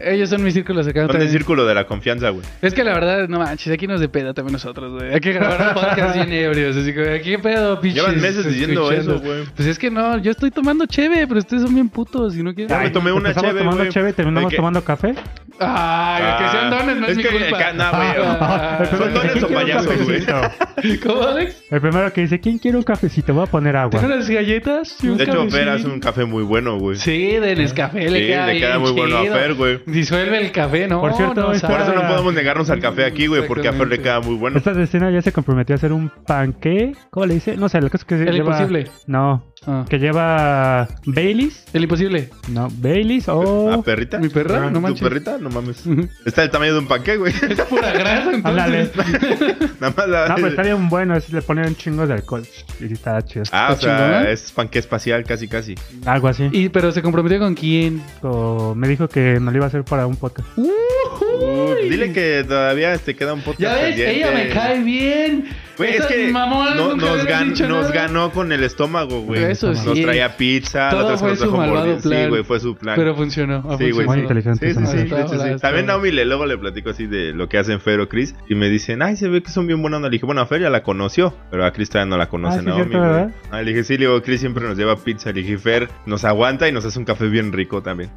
A: Ellos son mis círculos acá.
B: Son
A: también.
B: el círculo de la confianza, güey.
A: Es que la verdad, no manches, aquí nos de peda también nosotros, güey. Hay que grabar un podcast bien ebrios, así que, ¿qué pedo, pinches?
B: Llevan meses diciendo
A: escuchando?
B: eso, güey.
A: Pues es que no, yo estoy tomando cheve, pero ustedes son bien putos y no quieren...
B: Ya me
A: Ay,
B: tomé una
C: Empezamos
B: cheve,
C: tomando
B: güey.
C: cheve y
B: De
C: terminamos
B: que-
C: tomando café.
A: que sean dones, no es,
B: Ah, es
A: mi
B: que
A: culpa.
B: acá- no, güey.
A: Ah,
C: El primero
B: ¿Son dones
C: que dice,
B: o
C: "¿Quién quiere un
B: payasos, güey?"
C: cafecito?
A: ¿Cómo, Alex?
C: El primero que dice, ¿quién quiere un cafecito? Voy a poner agua.
A: ¿Tienes unas galletas? y un
B: De hecho, Fer
A: cafecín?
B: hace un café muy bueno, güey.
A: Sí, de Nescafé
B: Sí,
A: le queda
B: le queda
A: bien
B: muy bueno a
A: chido.
B: Fer, güey.
A: Disuelve el café, ¿no?
C: Por cierto, por
B: Por eso no
C: Ah.
B: podemos negarnos al café aquí, güey, porque café le
A: Exactamente.
B: queda muy bueno.
C: Esta vecina ya se comprometió a hacer un panqué. ¿Cómo le dice? No sé, el caso es que
A: El
C: lleva-
A: imposible.
C: No,
A: Ah.
C: que lleva Baileys.
A: El imposible.
C: No, Baileys o...
B: ¿La perrita?
A: Mi perra,
B: Ah,
A: no
B: ¿Tu
A: manches.
B: perrita? No mames. Está del tamaño de un panqué, güey.
A: Es pura grasa,
C: Ándale.
A: entonces.
B: Nada más la...
C: No, pero está bien bueno, es- le ponen un chingo de alcohol. Y está chido.
B: Ah, o
A: ¿Está
B: sea,
A: chingona?
B: es panqué espacial casi casi.
C: Algo así.
A: Y, pero se comprometió con quién.
C: O me dijo que no lo iba a hacer para un podcast.
A: Uy.
B: Dile que todavía te queda un podcast
A: Ya ves,
B: pendiente.
A: ella me cae bien.
B: Güey, es
A: Esas
B: que
A: mamonas
B: no-
A: nunca
B: nos,
A: habían
B: gan-
A: dicho
B: nos
A: nada.
B: ganó con el estómago, güey.
A: Eso
B: Nos
A: sí.
B: traía pizza, la
A: Todo
B: otra vez
A: fue
B: nos
A: su
B: dejó
A: malvado
B: mordidos. Sí,
A: plan.
B: güey, fue su plan.
A: Pero funcionó. ha
B: Sí, güey,
A: funcionado.
C: Muy inteligente.
B: Sí, sí, sí,
A: Ah,
B: de
A: está,
B: hecho, sí.
A: hola, está.
B: También Naomi le, luego le platico así de lo que hacen Fer o Chris y me dicen, ay, se ve que son bien buenos. Le dije, bueno, a Fer ya la conoció, pero a Chris todavía no la conoce
C: Ah, sí,
B: Naomi.
C: cierto,
B: güey".
C: ¿verdad?
B: Ah, le dije, sí, le digo, Chris siempre nos lleva pizza. Le dije, Fer nos aguanta y nos hace un café bien rico también.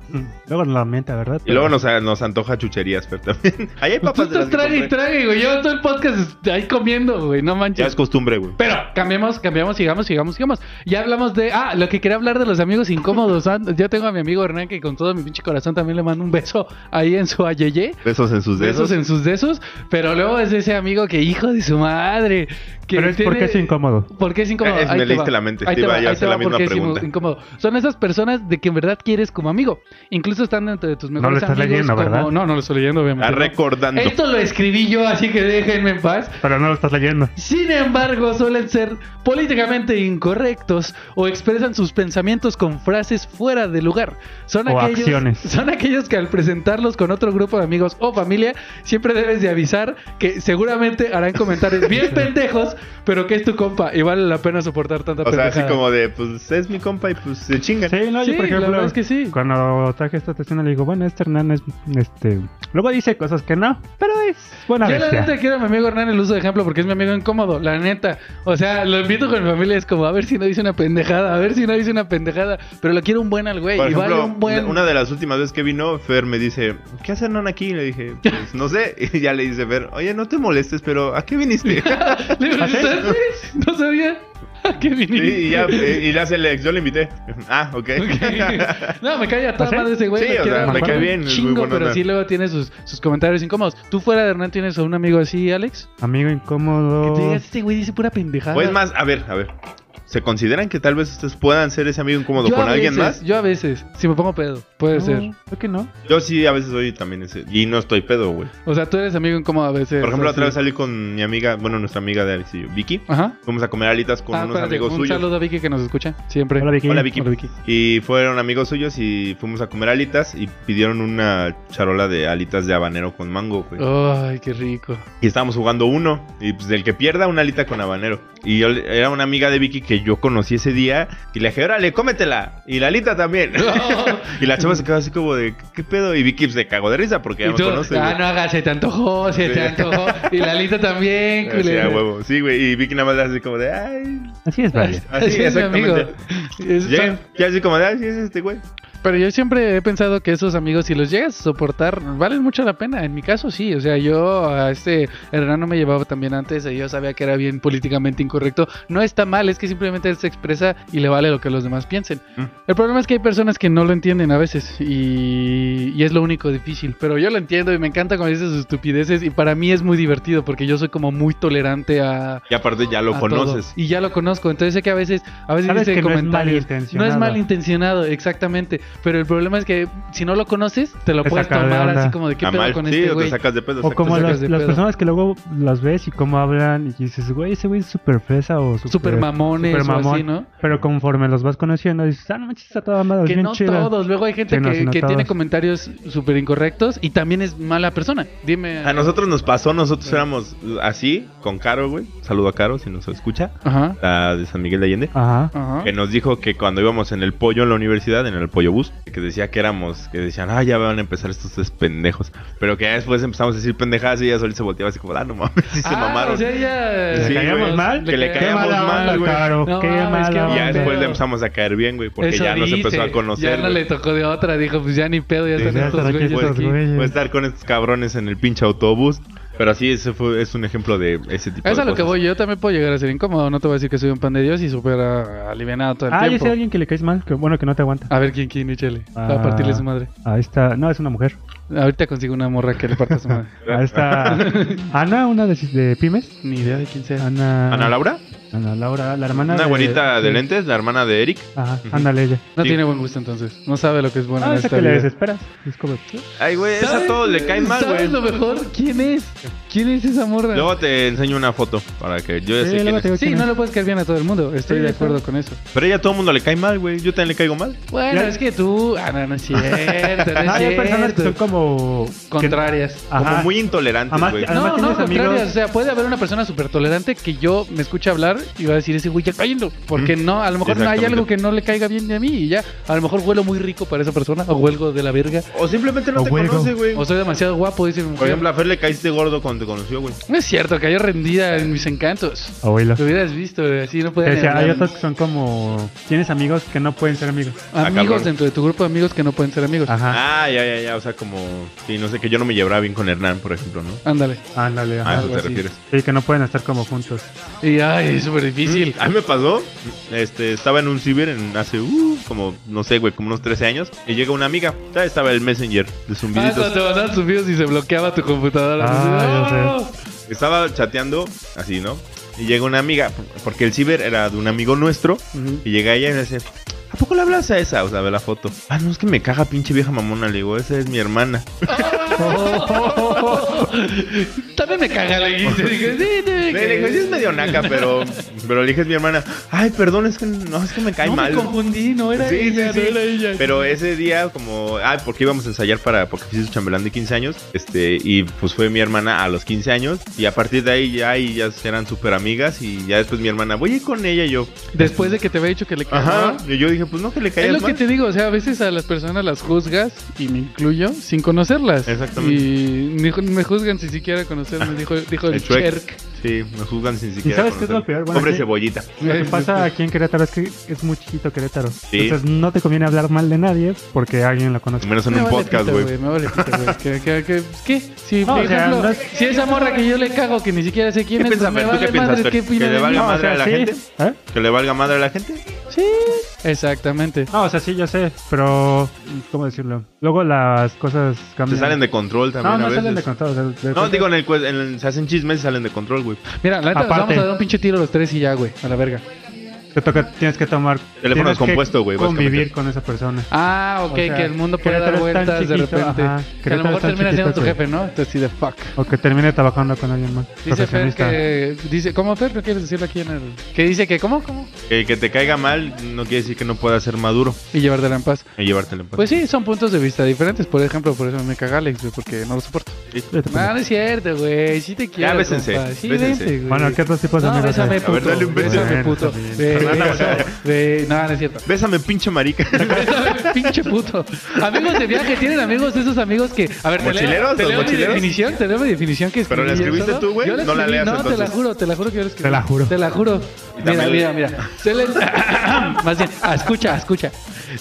C: Luego nos lamenta, ¿verdad?
B: Y luego nos, nos antoja chucherías, Fer también. Ahí hay
A: Pues Tú
B: papas de
A: estás
B: las que
A: trague y
B: compré.
A: trague, güey. Yo todo el podcast ahí comiendo, güey. No
B: Ya
A: manches.
B: es costumbre, güey.
A: Pero cambiamos, cambiamos, sigamos, sigamos, sigamos. Ya hablamos de. Ah, lo que quería hablar de los amigos incómodos. Ah, Yo tengo a mi amigo Hernán que con todo mi pinche corazón también le mando un beso ahí en su ayeye.
B: Besos en sus dedos.
A: Besos en sus besos. Pero luego es ese amigo que hijo de su madre. Que
C: Pero es porque
A: tiene-
C: es incómodo.
A: ¿Por qué es incómodo?
B: Eh, me
A: Ahí te
B: leíste
A: va.
B: la mente,
A: Ahí
B: te
A: te
B: iba
A: va,
B: yo a
A: ahí
B: hacer
A: te va
B: la misma
A: porque es
B: pregunta.
A: incómodo. Son esas personas de que en verdad quieres como amigo. Incluso están entre tus mejores
C: lo estás
A: amigos
C: leyendo,
A: como-
C: ¿verdad?
A: No, no lo estoy leyendo, obviamente.
B: Ah,
A: no.
B: recordando.
A: Esto lo escribí yo, así que déjenme en paz.
C: Pero no lo estás leyendo.
A: Sin embargo, suelen ser políticamente incorrectos o expresan sus pensamientos con frases fuera de lugar. Son
C: O
A: aquellos,
C: acciones.
A: Son aquellos que al presentarlos con otro grupo de amigos o familia, siempre debes de avisar que seguramente harán comentarios bien pendejos, pero que es tu compa y vale la pena soportar tanta
B: O sea, así
A: pendejada.
B: como de, pues es mi compa y pues se chingan.
C: Sí, no,
A: Sí,
C: yo por
A: la
C: ejemplo,
A: verdad es que sí.
C: cuando traje esta testina le digo, bueno, este Hernán es, este, luego dice cosas que no, pero es buena
A: Yo la
C: bestia.
A: neta quiero a mi amigo Hernán el uso de ejemplo porque es mi amigo incómodo, la neta. O sea, lo invito con mi familia, es como a ver si no dice una pendejada, a ver si no dice una pendejada, pero lo quiero un buen al güey
B: Por
A: y
B: ejemplo,
A: vale un buen...
B: una- una de las últimas veces que vino, Fer me dice, ¿qué hacen aquí? Y le dije, pues no sé. Y ya le dice Fer, oye, no te molestes, pero ¿a qué viniste?
A: ¿Le preguntaste? No sabía. ¿A qué
B: Sí,
A: viniste?
B: y ya, eh, y le hace el ex, yo le invité. Ah, ok.
A: Ok. No, me cae a toda
C: ¿Ah, sí?
A: madre ese güey.
B: Sí,
A: lo
B: o
A: quiero
B: sea,
C: me
A: un
C: cae
B: bien, es muy
A: Chingo,
B: buena
A: pero
B: onda.
A: sí luego tiene sus, sus comentarios incómodos. ¿Tú fuera de Hernán tienes a un amigo así, Alex?
C: Amigo
A: Que te
C: incómodo.
A: digas, este güey dice pura pendejada.
B: Pues más, a ver, a ver. ¿Se consideran que tal vez ustedes puedan ser ese amigo incómodo
A: Yo
B: con
A: a
B: alguien
A: veces,
B: más?
A: Yo a veces, si me pongo pedo, puede
C: No,
A: ser.
C: Creo que no.
B: Yo sí, a veces soy también ese. Y no estoy pedo, güey.
A: O sea, tú eres amigo incómodo a veces.
B: Por ejemplo,
A: así.
B: otra vez salí con mi amiga, bueno, nuestra amiga de Alex y yo, Vicky.
A: Ajá.
B: Fuimos a comer alitas con
A: ah,
B: unos
A: espérate,
B: amigos
A: un
B: suyos.
A: saludo a Vicky que nos escucha siempre.
C: Hola, Vicky.
B: Hola, Vicky.
C: Hola, Vicky.
B: Y fueron amigos suyos y fuimos a comer alitas y pidieron una charola de alitas de habanero con mango, güey.
A: Oh. Ay, qué rico.
B: Y estábamos jugando uno. Y pues el que pierda, una alita con habanero. Y yo le- era una amiga de Vicky que yo conocí ese día. Y le dije, órale, cómetela. Y la alita también. y la chava se quedó así como de, ¿qué pedo? Y Vicky pues, se cagó de risa porque ya
A: Y
B: no
A: tú,
B: conoce.
A: ah,
B: güey".
A: no hagas, se te antojó, se
B: Sí.
A: te antojó. Y la lista también,
B: Así,
A: culero.
B: "Ah, huevo". Sí, güey. Y Vicky nada más así como de, ay.
C: Así es, vale.
B: Así,
A: Así es, mi amigo. Es-
B: Llega, y así como de, ay, sí, es este güey.
A: Pero yo siempre he pensado que esos amigos, si los llegas a soportar, valen mucho la pena. En mi caso, sí. O sea, yo a este Hernán no me llevaba también antes. y Yo sabía que era bien políticamente incorrecto. No está mal, es que simplemente él se expresa y le vale lo que los demás piensen.
B: Mm.
A: El problema es que hay personas que no lo entienden a veces y, y es lo único difícil. Pero yo lo entiendo y me encanta cuando dices sus estupideces. Y para mí es muy divertido porque yo soy como muy tolerante a,
B: Y aparte ya lo
A: a
B: conoces.
A: todo. Y ya lo conozco, entonces sé que a veces, a veces
C: Sabes
A: dice
C: que no es
A: comentarios.
C: malintencionado.
A: No es malintencionado, exactamente. Pero el problema es que si no lo conoces, te lo
C: Te
A: puedes
C: saca de
A: tomar
C: onda.
A: así como de qué
B: A
A: pedo
B: mal,
A: con
B: sí,
A: este
B: o te
A: güey.
B: sacas de pedo.
C: O
B: exacto.
C: como
A: te sacas
C: las,
A: de
C: las
A: pedo.
C: personas que luego las ves y cómo hablan y dices, güey, ese güey es súper fresa o súper...
A: Super mamones
C: super
A: o
C: mamón.
A: así, ¿no?
C: Pero conforme los vas conociendo dices, ah, no manches, está toda madre, es
A: Que
C: bien
A: no
C: chida.
A: todos, luego hay gente
C: Sí, no,
A: que,
C: sí, no
A: que tiene
C: todos.
A: comentarios súper incorrectos y también es mala persona. Dime.
B: A nosotros nos pasó, nosotros éramos así, con Caro, güey. Saludo a Caro si nos escucha,
A: Ajá,
B: la de San Miguel de Allende.
C: Ajá.
A: ajá.
B: Que nos dijo que cuando íbamos en el pollo en la universidad, en el pollo bus, que decía que éramos, que decían, ah, ya van a empezar estos tres pendejos. Pero que ya después empezamos a decir pendejadas y ella solita se volteaba así como, ah, no mames, sí se
A: Ah,
B: mamaron.
A: o sea, ya-
B: ¿Le Sí, caíamos güey.
C: mal?
B: Que le
A: ca-
C: Qué
B: caíamos
C: mala
B: mal,
C: onda,
B: güey.
C: Caro,
A: No
C: qué
A: mames,
C: mala
A: qué
B: y ya
A: onda.
B: después le empezamos a caer bien, güey, porque
A: Eso
B: ya nos empezó a
A: dice.
B: conocer.
A: Ya no le
B: güey.
A: tocó de otra, dijo, pues ya ni pedo, ya
B: Sí,
A: están
B: ya
A: estos
C: están aquí
A: güeyes
C: estos
A: aquí.
C: güeyes.
B: Voy a estar con estos cabrones en el pinche autobús. Pero así ese fue, es un ejemplo de ese tipo de
A: Es a lo que
B: cosas.
A: voy, yo también puedo llegar a ser incómodo. No te voy a decir que soy un pan de Dios y súper ah, alivianado todo el
C: Ah, ya
A: tiempo.
C: sé a alguien que le caes mal, que bueno, que no te aguanta.
A: A ver quién, quién, échale. Va a
C: Ah.
A: partirle su madre.
C: Ahí está, no, es una mujer.
A: Ahorita consigo una morra que le parta su madre.
C: Ahí está Ana, una de, de pymes.
A: Ni idea de quién sea.
C: Ana,
B: Ana Laura,
C: Ana Laura, la hermana
B: una
C: de-
B: güerita de
C: sí.
B: lentes, la hermana de Eric.
C: Ajá, ándale ella.
A: No
B: Sí.
A: tiene buen gusto entonces. No sabe lo que es bueno
C: Ah,
A: en
C: esa
A: esta
C: que le
A: vida.
C: desesperas. Es como, ¿eh?
B: Ay, güey, esa a
A: ¿Sabes-
B: todos le cae mal, güey.
A: ¿Sabes lo mejor? ¿Quién es? ¿Quién es esa morra?
B: Luego te enseño una foto para que yo ya
C: Sí,
B: sé quién
C: luego
B: es.
C: te digo
A: Sí,
C: quién
A: no
C: es.
A: le puedes caer bien a todo el mundo. Estoy
C: Sí,
A: de
C: eso.
A: acuerdo con eso.
B: Pero ella a todo el mundo le cae mal, güey. Yo también le caigo mal.
A: Bueno,
C: Ya-
A: es que tú. Ah, no, no es cierto. No es
C: Ah, hay personas que
A: cierto.
C: son como...
A: Contrarias.
C: que- Ajá.
B: Como muy intolerantes,
C: Además-
B: güey.
C: además-
A: No, no,
C: tienes
A: contrarias.
C: amigos-
A: O sea, puede haber una persona súper tolerante que yo me escuche hablar y va a decir ese güey ya cállenlo. Porque no, a lo mejor no hay
B: Exactamente.
A: algo que no le caiga bien de a mí y ya. A lo mejor huelo muy rico para esa persona o huelgo de la verga.
B: O simplemente no
C: O
B: te
C: huelgo.
B: conoce, güey.
A: O soy demasiado guapo, dice mi
B: Por
A: mujer.
B: ejemplo, a Fer le caíste gordo cuando te conoció, güey.
A: No es cierto, cayó rendida en mis encantos.
C: Abuela.
A: Lo hubieras visto, güey, así no
C: Te
A: pueden
C: decía,
A: hablar.
C: hay otros Ah, que son como... Tienes amigos que no pueden ser amigos.
A: Amigos
B: cabrón.
A: dentro de tu grupo de amigos que no pueden ser amigos.
C: Ajá.
B: Ah, ya, ya, ya. O sea, como. Sí, no sé, que yo no me llevaba bien con Hernán, por ejemplo, ¿no?
A: Ándale.
C: Ándale,
B: A
C: ajá.
B: eso
A: algo
B: te
A: así.
B: refieres.
C: Sí, que no pueden estar como juntos.
A: Y ay, es súper difícil.
C: Mm.
B: Mm.
C: Ah,
B: A mí me pasó, este, estaba en un ciber en hace, uh, como, no sé, güey, como unos 13 años, y llega una amiga, ¿sabes? estaba el messenger de
A: Ah,
B: zumbiditos,
A: cuando te mandaban sus videos y se bloqueaba tu computadora.
C: Ah, ya
A: ¡No!
B: estaba chateando, así, ¿no? Y llega una amiga, porque el ciber era de un amigo nuestro,
A: Ujú.
B: y llega ella y me dice, ¿a poco le hablas a esa? O sea, ve la foto. Ah, no, es que me caga pinche vieja mamona, le digo, esa es mi hermana. Oh.
A: También me caga la guisa. Dije, sí, sí, me
B: Le digo,
A: caga.
B: sí es medio naca, pero, pero le dije, es mi hermana. Ay, perdón, es que no, es que me cae
A: no
B: mal.
A: me confundí, no era
B: Sí, sí,
A: ella,
B: sí.
A: no era ella.
B: Pero ese día, como, ah, porque íbamos a ensayar para, porque hice su chambelán de 15 años, este, y pues fue mi hermana a los 15 años, y a partir de ahí ya, y ya eran súper amigas, y ya después mi hermana, voy a ir con ella, y yo,
A: Después de que te había dicho que le cagaba.
B: ajá, y yo dije, pues no, que le
A: Es
B: caigas
A: lo que
B: mal.
A: te digo, o sea, a veces a las personas las juzgas, y me incluyo, sin conocerlas.
B: Exactamente.
A: Y ni- me juzgan sin siquiera conocerme, dijo, dijo el,
B: El Shrek.
A: Cherk.
B: Sí, me juzgan sin siquiera.
C: sabes qué es lo
B: conocerme.
C: peor? Bueno,
B: Pobre
C: sí.
B: cebollita.
C: Lo que pasa aquí en Querétaro es que es muy chiquito Querétaro.
B: Sí.
C: Entonces no te conviene hablar mal de nadie porque alguien lo conoce.
B: Menos en
A: Me
B: un
A: vale
B: podcast,
A: pito,
B: güey.
A: Me vale pito, güey. ¿Qué, qué, qué, pues, qué? Si,
C: No,
A: por
C: o sea,
A: ejemplo,
C: no es-
A: si esa morra que yo le cago, que ni siquiera sé quién
B: ¿Qué
A: es, pues
B: piensas,
A: me
B: Fer? ¿Tú
A: vale
B: qué piensas,
A: madre,
B: Fer?
A: ¿qué opina
B: ¿Que le
A: de
B: valga
A: mí?
B: madre a la
C: sí.
B: gente?
C: ¿Eh?
B: ¿Que le valga madre a la gente?
A: Exactamente.
C: Ah, o sea, sí, yo sé, pero ¿cómo decirlo? Luego las cosas
B: Se
C: cambian.
B: salen de control también
C: No,
B: a
C: no
B: veces.
C: salen de control. o sea, de-
B: No, digo, en el, cue- en el- se hacen chismes y salen de control, güey.
A: Mira, la neta, nos
C: Aparte-
A: vamos a dar un pinche tiro los tres y ya, güey, a la verga.
C: Te toca, tienes que tomar.
B: Teléfono
C: tienes que
B: descompuesto, güey,
C: Convivir
B: básicamente.
C: con esa persona.
A: Ah, ok,
C: O sea,
A: que el mundo puede dar
C: Querétaro es tan
A: vueltas de
C: chiquito,
A: repente.
C: ajá,
A: que a lo
C: Querétaro
A: mejor
C: es tan
A: termina siendo tu
C: chiquito,
A: jefe, ¿no? Entonces sí, de fuck.
C: O que termine trabajando con alguien más.
A: Dice Fer
C: profesionista.
A: que... Dice, ¿Cómo, Fer? ¿No quieres decirlo aquí en el...? Que dice que, ¿cómo? ¿Cómo?
B: El que te caiga mal no quiere decir que no pueda ser maduro
A: Y llevártela en paz.
B: y llevártelo en paz.
A: Pues sí, son puntos de vista diferentes. Por ejemplo, por eso me caga Alex, güey, porque no lo soporto.
C: Vete,
A: No,
C: pendejo.
A: no es cierto, güey. Sí te quiero.
B: bésense,
A: compa. Sí,
B: bésense.
A: vente, güey.
C: Bueno, ¿qué otros tipos de
A: No,
C: amigos
A: bésame,
C: hay?
A: puto.
B: ver, dale un beso.
A: Bésame, puto.
C: Bueno, está
A: Ve,
C: bien.
B: Fernanda,
A: beso,
B: bueno.
A: ve. No, no es cierto.
B: Bésame, pinche marica.
A: Bésame, pinche puto. Amigos de viaje, ¿tienen amigos de esos amigos que. A ver, te leo,
B: ¿Mochileros
A: te
B: o
A: leo mi
B: mochileros?
A: definición, te leo mi definición que
B: Pero la
A: escribí yo
B: escribiste
A: solo.
B: tú, güey,
A: Yo
B: no la
A: escribí-
B: leas,
A: No, te la
B: entonces.
A: juro, te la juro que yo la escribí.
C: Te la juro.
A: Te la juro.
B: Y
A: Mira,
B: también-
A: mira, mira. Suelen- Más bien, ah, escucha, escucha.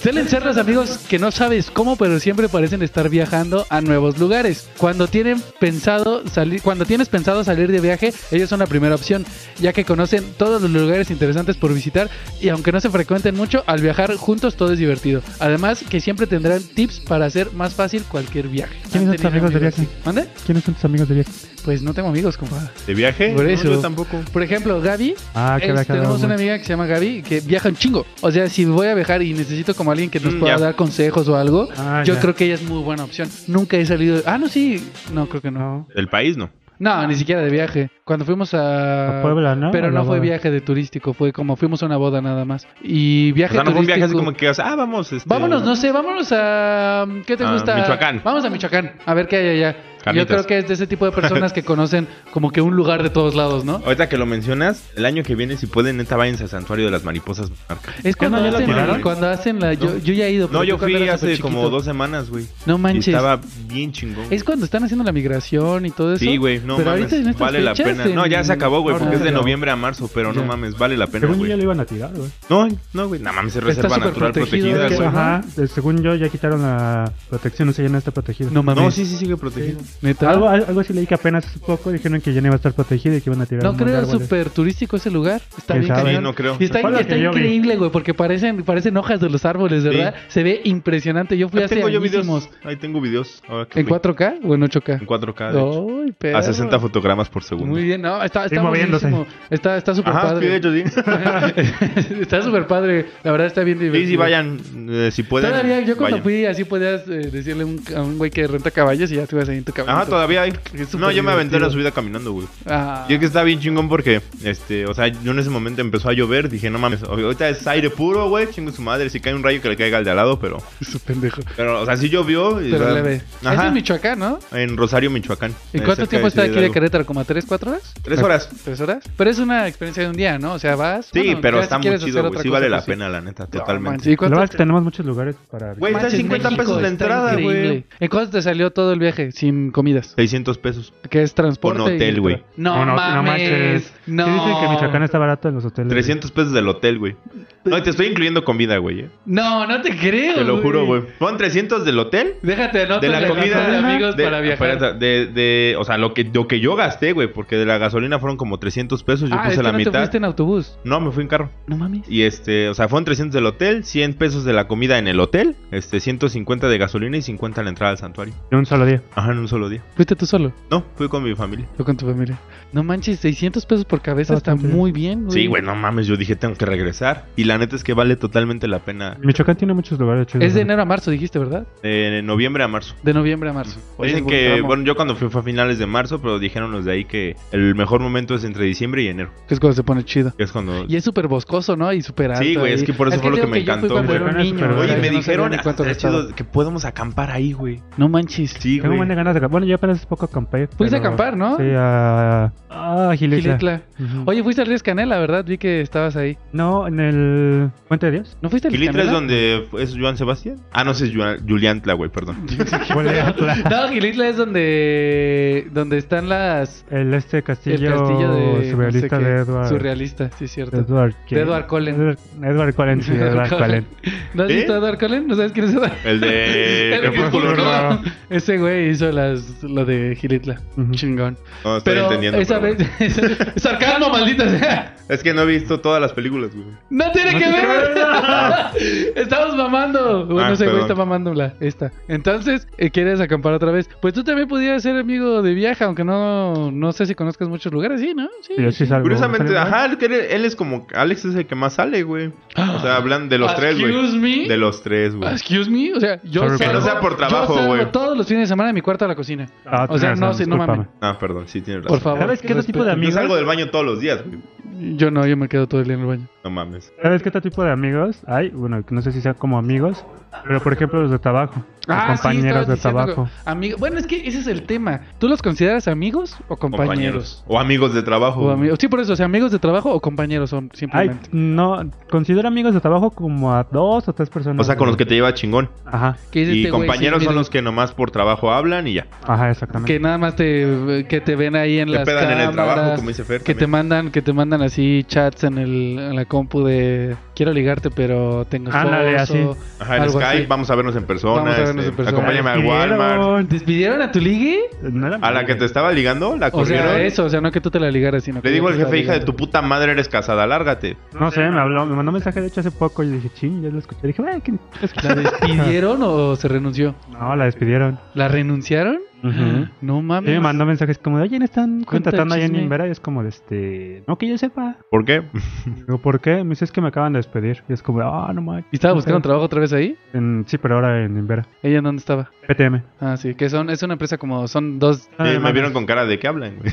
A: Suelen ser los amigos que no sabes cómo, pero siempre parecen estar viajando a nuevos lugares. Cuando tienen pensado salir, cuando tienes pensado salir de viaje, ellos son la primera opción, ya que conocen todos los lugares interesantes por visitar y aunque no se frecuenten mucho, al viajar juntos todo es divertido. Además, que siempre tendrán tips para hacer más fácil cualquier viaje.
C: ¿Quiénes son tus
A: ¿Han tenido
C: amigos de viaje?
A: así? ¿Mande?
C: ¿Quiénes son tus amigos de viaje?
A: Pues no tengo amigos, compadre.
B: ¿De viaje?
A: Por eso.
B: No, yo tampoco.
A: Por ejemplo, Gaby,
C: Ah, que
A: es-
C: había quedado
A: Este, tenemos
C: muy-
A: una amiga que se llama Gaby que viaja un chingo. O sea, si voy a viajar y necesito como alguien que nos
B: Mm,
A: pueda
B: ya.
A: dar consejos o algo,
C: Ah,
A: yo
C: ya.
A: creo que ella es muy buena opción. Nunca he salido. Ah, no, sí. No, creo que no.
C: No.
B: Del país, no.
A: No, ni siquiera de viaje. Cuando fuimos a.
C: A Puebla, ¿no?
A: Pero
C: A la
A: no fue
C: boda.
A: viaje de turístico, fue como fuimos a una boda nada más. Y
B: O
A: viaje
B: sea, no fue un viaje así
A: turístico-
B: como que, o sea, ah, vamos. Este,
A: Vámonos, no sé, vámonos a. ¿Qué te
B: A
A: gusta?
B: Michoacán.
A: Vamos a Michoacán, a ver qué hay allá. Yo creo
B: Carnitas.
A: que es de ese tipo de personas que conocen como que un lugar de todos lados, ¿no?
B: Ahorita que lo mencionas, el año que viene, si pueden, neta, váyanse al Santuario de las Mariposas Monarca.
A: Es cuando,
C: no, ya la
A: hacen,
C: tiraron.
A: cuando hacen la. Yo,
B: No.
A: yo ya he ido. pero
B: No, yo
A: tú cuando
B: fui
A: eras
B: hace
A: súper
B: como
A: chiquito.
B: dos semanas, güey.
A: No
B: Y
A: manches.
B: estaba bien chingón.
A: Es cuando están haciendo la migración y todo eso.
B: Sí, güey, no
A: pero
B: mames.
A: ahorita en estas
B: Vale la
A: fechas,
B: pena. No, ya
A: en-
B: se acabó, güey, porque
A: Ahora
B: es de
A: ya.
B: noviembre a marzo, pero no
A: Ya.
B: mames, vale la pena,
C: Según yo ya lo
B: güey.
C: iban a tirar, güey.
B: No, no, güey, nada más es reserva
A: súper
B: natural
A: protegido,
B: protegida,
A: güey.
B: güey.
C: Ajá, eh, según yo ya quitaron la protección, o sea, ya no está protegido.
A: No mames.
B: No, sí, sí, sigue protegido.
A: Neta.
C: Algo, algo así leí que apenas hace poco dijeron que ya no iba a estar protegida y que iban a tirar
A: no
C: un
A: creo,
C: árbol de-
A: súper turístico ese lugar. Está
C: ¿Quién
A: bien
C: sabe?
A: cañón.
B: Sí, no creo.
A: Y está,
C: Fue lo
A: está
C: que yo vi.
A: increíble, güey, porque parecen, parecen hojas de los árboles,
B: Sí.
A: ¿verdad? Se ve impresionante. Yo fui
B: Ahí
A: hace
B: tengo yo videos.
A: añísimos.
B: Ahí tengo videos. ahora que
A: ¿En
B: fui.
A: 4K o en 8K?
B: En 4K, Ah, de hecho.
A: Ay, perro.
B: A 60 fotogramas por segundo.
A: Muy bien, no, está, está
C: moviéndose.
A: buenísimo. Está está súper
B: Ajá, sí, de
A: padre.
B: hecho, sí.
A: está súper padre. La verdad está bien divertido.
B: Sí, sí, vayan. eh, si pueden.
A: Todavía yo cuando
B: vayan.
A: fui así podías eh, decirle un- a un güey que renta caballos y ya te ibas ahí en tu caballo.
B: Ajá, todavía hay.
A: Es súper
B: No, yo me aventé
A: divertido.
B: la subida caminando, güey.
A: Ah.
B: Y es que está bien chingón porque, este, o sea, yo en ese momento empezó a llover, dije, no mames, ahorita es aire puro, güey, chingo su madre, si cae un rayo que le caiga al de al lado, pero,
A: Su pendejo.
B: pero, o sea, sí llovió. y, o
A: Pero
B: sea,
A: leve. Eso
B: Ajá,
A: es
B: en,
A: Michoacán, ¿no?
B: Rosario, Michoacán.
A: ¿Y
B: eh,
A: cuánto
B: cerca
A: tiempo está
B: Ciudad
A: aquí de
B: Hidalgo.
A: Querétaro? ¿Como a tres, cuatro horas?
B: Tres horas.
A: ¿Tres horas? Pero es una experiencia de un día, ¿no? O sea, vas.
B: Sí,
A: bueno,
B: pero
A: ya
B: está
A: si
B: muy
A: quieres
B: chido,
A: hacer
B: güey,
A: otra
B: sí
A: cosa, pues
B: vale la
A: sí.
B: pena, la
A: No,
B: neta,
A: manches,
B: totalmente.
A: ¿y
C: La
A: cuánto
C: verdad es que
A: te-
C: tenemos muchos lugares para...
B: Güey, está
A: Manches,
B: 50
A: México,
B: pesos la
A: está
B: entrada, güey.
A: increíble. ¿En cuánto te salió todo el viaje sin comidas?
B: 600 pesos.
A: Que es transporte.
B: Con hotel,
A: y-
B: güey.
A: No, mames. No.
C: Sí dicen que Michoacán está barato en los hoteles.
B: 300 pesos del hotel, güey. No, y te estoy incluyendo comida, güey, eh.
A: No, no te creo.
B: Te lo juro, güey. Son 300 del hotel.
A: Déjate anoto
B: De
A: en
B: la comida.
A: de amigos
B: de- ah,
A: para viajar.
B: espérate, De, de- o sea, lo que, lo que yo gasté, güey, porque de la gasolina fueron como 300 pesos, yo
A: ah, es
B: puse
A: que
B: la
A: no te
B: mitad.
A: fuiste en autobús.
B: No, me fui en carro.
A: No mames.
B: Y este, o sea, fueron 300 del hotel, 100 pesos de la comida en el hotel, este, 150 de gasolina y 50 la entrada al santuario.
C: De un solo día.
B: Ajá, en un solo día.
A: Fuiste tú solo.
B: No, fui con mi familia.
A: Yo con tu familia. No manches, 600 pesos por cabeza está
C: Está bastante
A: muy bien, güey.
B: Sí, güey, no mames, yo dije, tengo que regresar. Y la neta es que vale totalmente la pena
C: Michoacán tiene muchos lugares chidos.
A: Es de
C: ¿no?
A: enero a marzo, dijiste, ¿verdad?
B: de noviembre a marzo.
A: De noviembre a marzo. Oye, pues,
B: Dicen
A: buen
B: que,
A: tramo.
B: bueno, yo cuando fui fue a finales de marzo, pero dijeron los de ahí que el mejor momento es entre diciembre y enero.
A: Que es cuando se pone chido.
B: que es cuando...
A: Y es súper boscoso, ¿no? Y súper alto.
B: güey, es
A: ahí.
B: que por eso fue lo
A: digo
B: que me
A: yo fui
B: encantó,
A: cuando
B: güey.
A: era un niño,
C: Pero,
A: o sea,
B: Oye,
A: yo
B: me
A: no sabía
B: dijeron
A: ni cuánto
B: hasta
A: costaba.
B: chido que podemos acampar ahí, güey.
A: No manches.
B: Sí,
C: Tengo
B: güey.
C: buenas ganas de acampar. Bueno, yo apenas hace poco acampé.
A: Fuiste a acampar, ¿no?
C: Sí, a... Ah, Gilitla.
A: Gilitla.
C: Ujú.
A: Oye, fuiste al Río Canela, ¿verdad? Vi que estabas ahí.
C: No, en el... ¿Puente de Dios?
A: ¿No fuiste al
B: Quilitra es
A: Canela?
B: donde es Joan Sebastián. Ah, no, ese es Juan- Julián Tla, güey, perdón.
C: Huele a pla-
A: No, Gilitla es donde donde están las
C: El este castillo,
A: el castillo de
C: surrealista
A: no sé qué,
C: de Edward.
A: Surrealista, sí es cierto.
C: Edward, ¿qué?
A: De Edward Cullen.
C: Edward, Edward Cullen, sí, Edward Cullen.
A: ¿No has
B: ¿Eh?
A: visto a Edward Cullen? ¿No sabes quién es Edward?
B: El de Crepúsculo,
A: Crepúsculo,
B: ¿no?
A: ¿no? Ese güey hizo las lo de Gilitla.
C: Ujú.
A: Chingón.
B: No, estoy
A: Pero
B: entendiendo.
A: esa
B: pero-
A: vez sarcasmo maldita sea.
B: Es que no he visto todas las películas, güey.
A: No tiene que ver. Estamos mamando. Bueno,
B: Ah,
A: ese güey
B: perdón.
A: está mamándola. Esta. Entonces, eh, ¿quieres acampar otra vez? Pues tú también podías ser amigo de viaje, aunque no, no sé si conozcas muchos lugares, ¿sí? ¿No? Sí.
C: Yo sí salgo.
B: Curiosamente,
C: ¿Sale mal?
B: ajá, él, él es como. Alex es el que más sale, güey. O
A: Ah.
B: sea, hablan de los tres, güey.
A: Excuse me.
B: De los tres, güey.
A: Excuse me. O sea, yo
C: Sorry,
A: salgo,
C: que no
B: sea por trabajo,
A: yo salgo
B: güey.
A: todos los fines de semana de mi cuarto a la cocina.
C: Ah,
A: O sea,
C: tienes
A: no,
C: razón,
A: sí, no mames.
C: discúlpame.
B: Ah, perdón, sí tienes razón.
A: Por favor.
C: ¿Sabes qué otro tipo de
A: Respeta.
B: Yo
C: amigos?
B: salgo del baño todos los días, güey.
A: Yo no, yo me quedo todo el día en el baño.
B: No mames.
C: ¿Sabes qué otro tipo de amigos hay? Bueno, que no sé si sean como amigos, pero por ejemplo los de trabajo. Los
A: Ah, sí, estabas
C: compañeros de
A: diciendo
C: trabajo.
A: que- amigo- Bueno, es que ese es el tema. ¿Tú los consideras amigos o compañeros?
B: O amigos de trabajo.
A: O
B: güey.
A: amigos. Sí, por eso, o sea, amigos de trabajo o compañeros son
C: Ay,
A: simplemente.
C: no, considero amigos de trabajo como a dos o tres personas.
B: O sea, con los que te lleva chingón.
C: Ajá,
A: Que es
B: Y
A: este güey,
B: compañeros
A: sí,
B: son
A: mira,
B: los que nomás por trabajo hablan y ya.
C: ajá, exactamente.
A: que nada más te que te ven ahí en
B: Te
A: las
B: pedan en
A: cámaras,
B: el trabajo, como dice Fer.
A: que te
B: también.
A: mandan que te mandan así chats en el en la compu de quiero ligarte pero tengo
C: Ándale,
A: esposo".
C: así.
B: Ajá, en
A: algo
B: Skype,
A: así.
B: vamos a vernos en persona.
A: Vamos a vernos
B: este,
A: en persona.
B: Acompáñame al
C: Ay,
B: Walmart.
C: quiero.
A: ¿Despidieron a tu ligue?
C: No era
B: A la
C: mi-
B: que te estaba ligando, la
A: O
B: corrieron.
A: sea, eso, o sea, no que tú te la ligaras, sino que
B: Le digo
A: ella
B: al
A: te estaba
B: jefe, hija de tu
A: ligando.
B: puta madre, eres casada, lárgate.
C: No sé, me habló, me mandó un mensaje de hecho hace poco y dije, ching, ya lo escuché. Dije, ay, ¿quién es que
A: ¿La despidieron o se renunció?
C: No, la despidieron.
A: ¿La renunciaron?
C: Ujú.
A: No
C: Y
A: mames.
C: me mandó mensajes como de, oye, ¿no están
A: Cuenta
C: contratando ahí en
A: chisme.
C: Invera? Y es como de, este, no que yo sepa.
B: ¿Por qué?
C: Digo, ¿por qué? Me dice, es que me acaban de despedir. Y es como, ah, no manches.
A: ¿Y estaba buscando trabajo otra vez ahí?
C: En- sí, pero ahora en Invera.
A: ¿Ella en dónde estaba?
C: PTM.
A: Ah, sí, que son, es una empresa como, son dos,
C: Ah,
B: Eh, me
C: mames.
B: vieron con cara de que hablan, güey.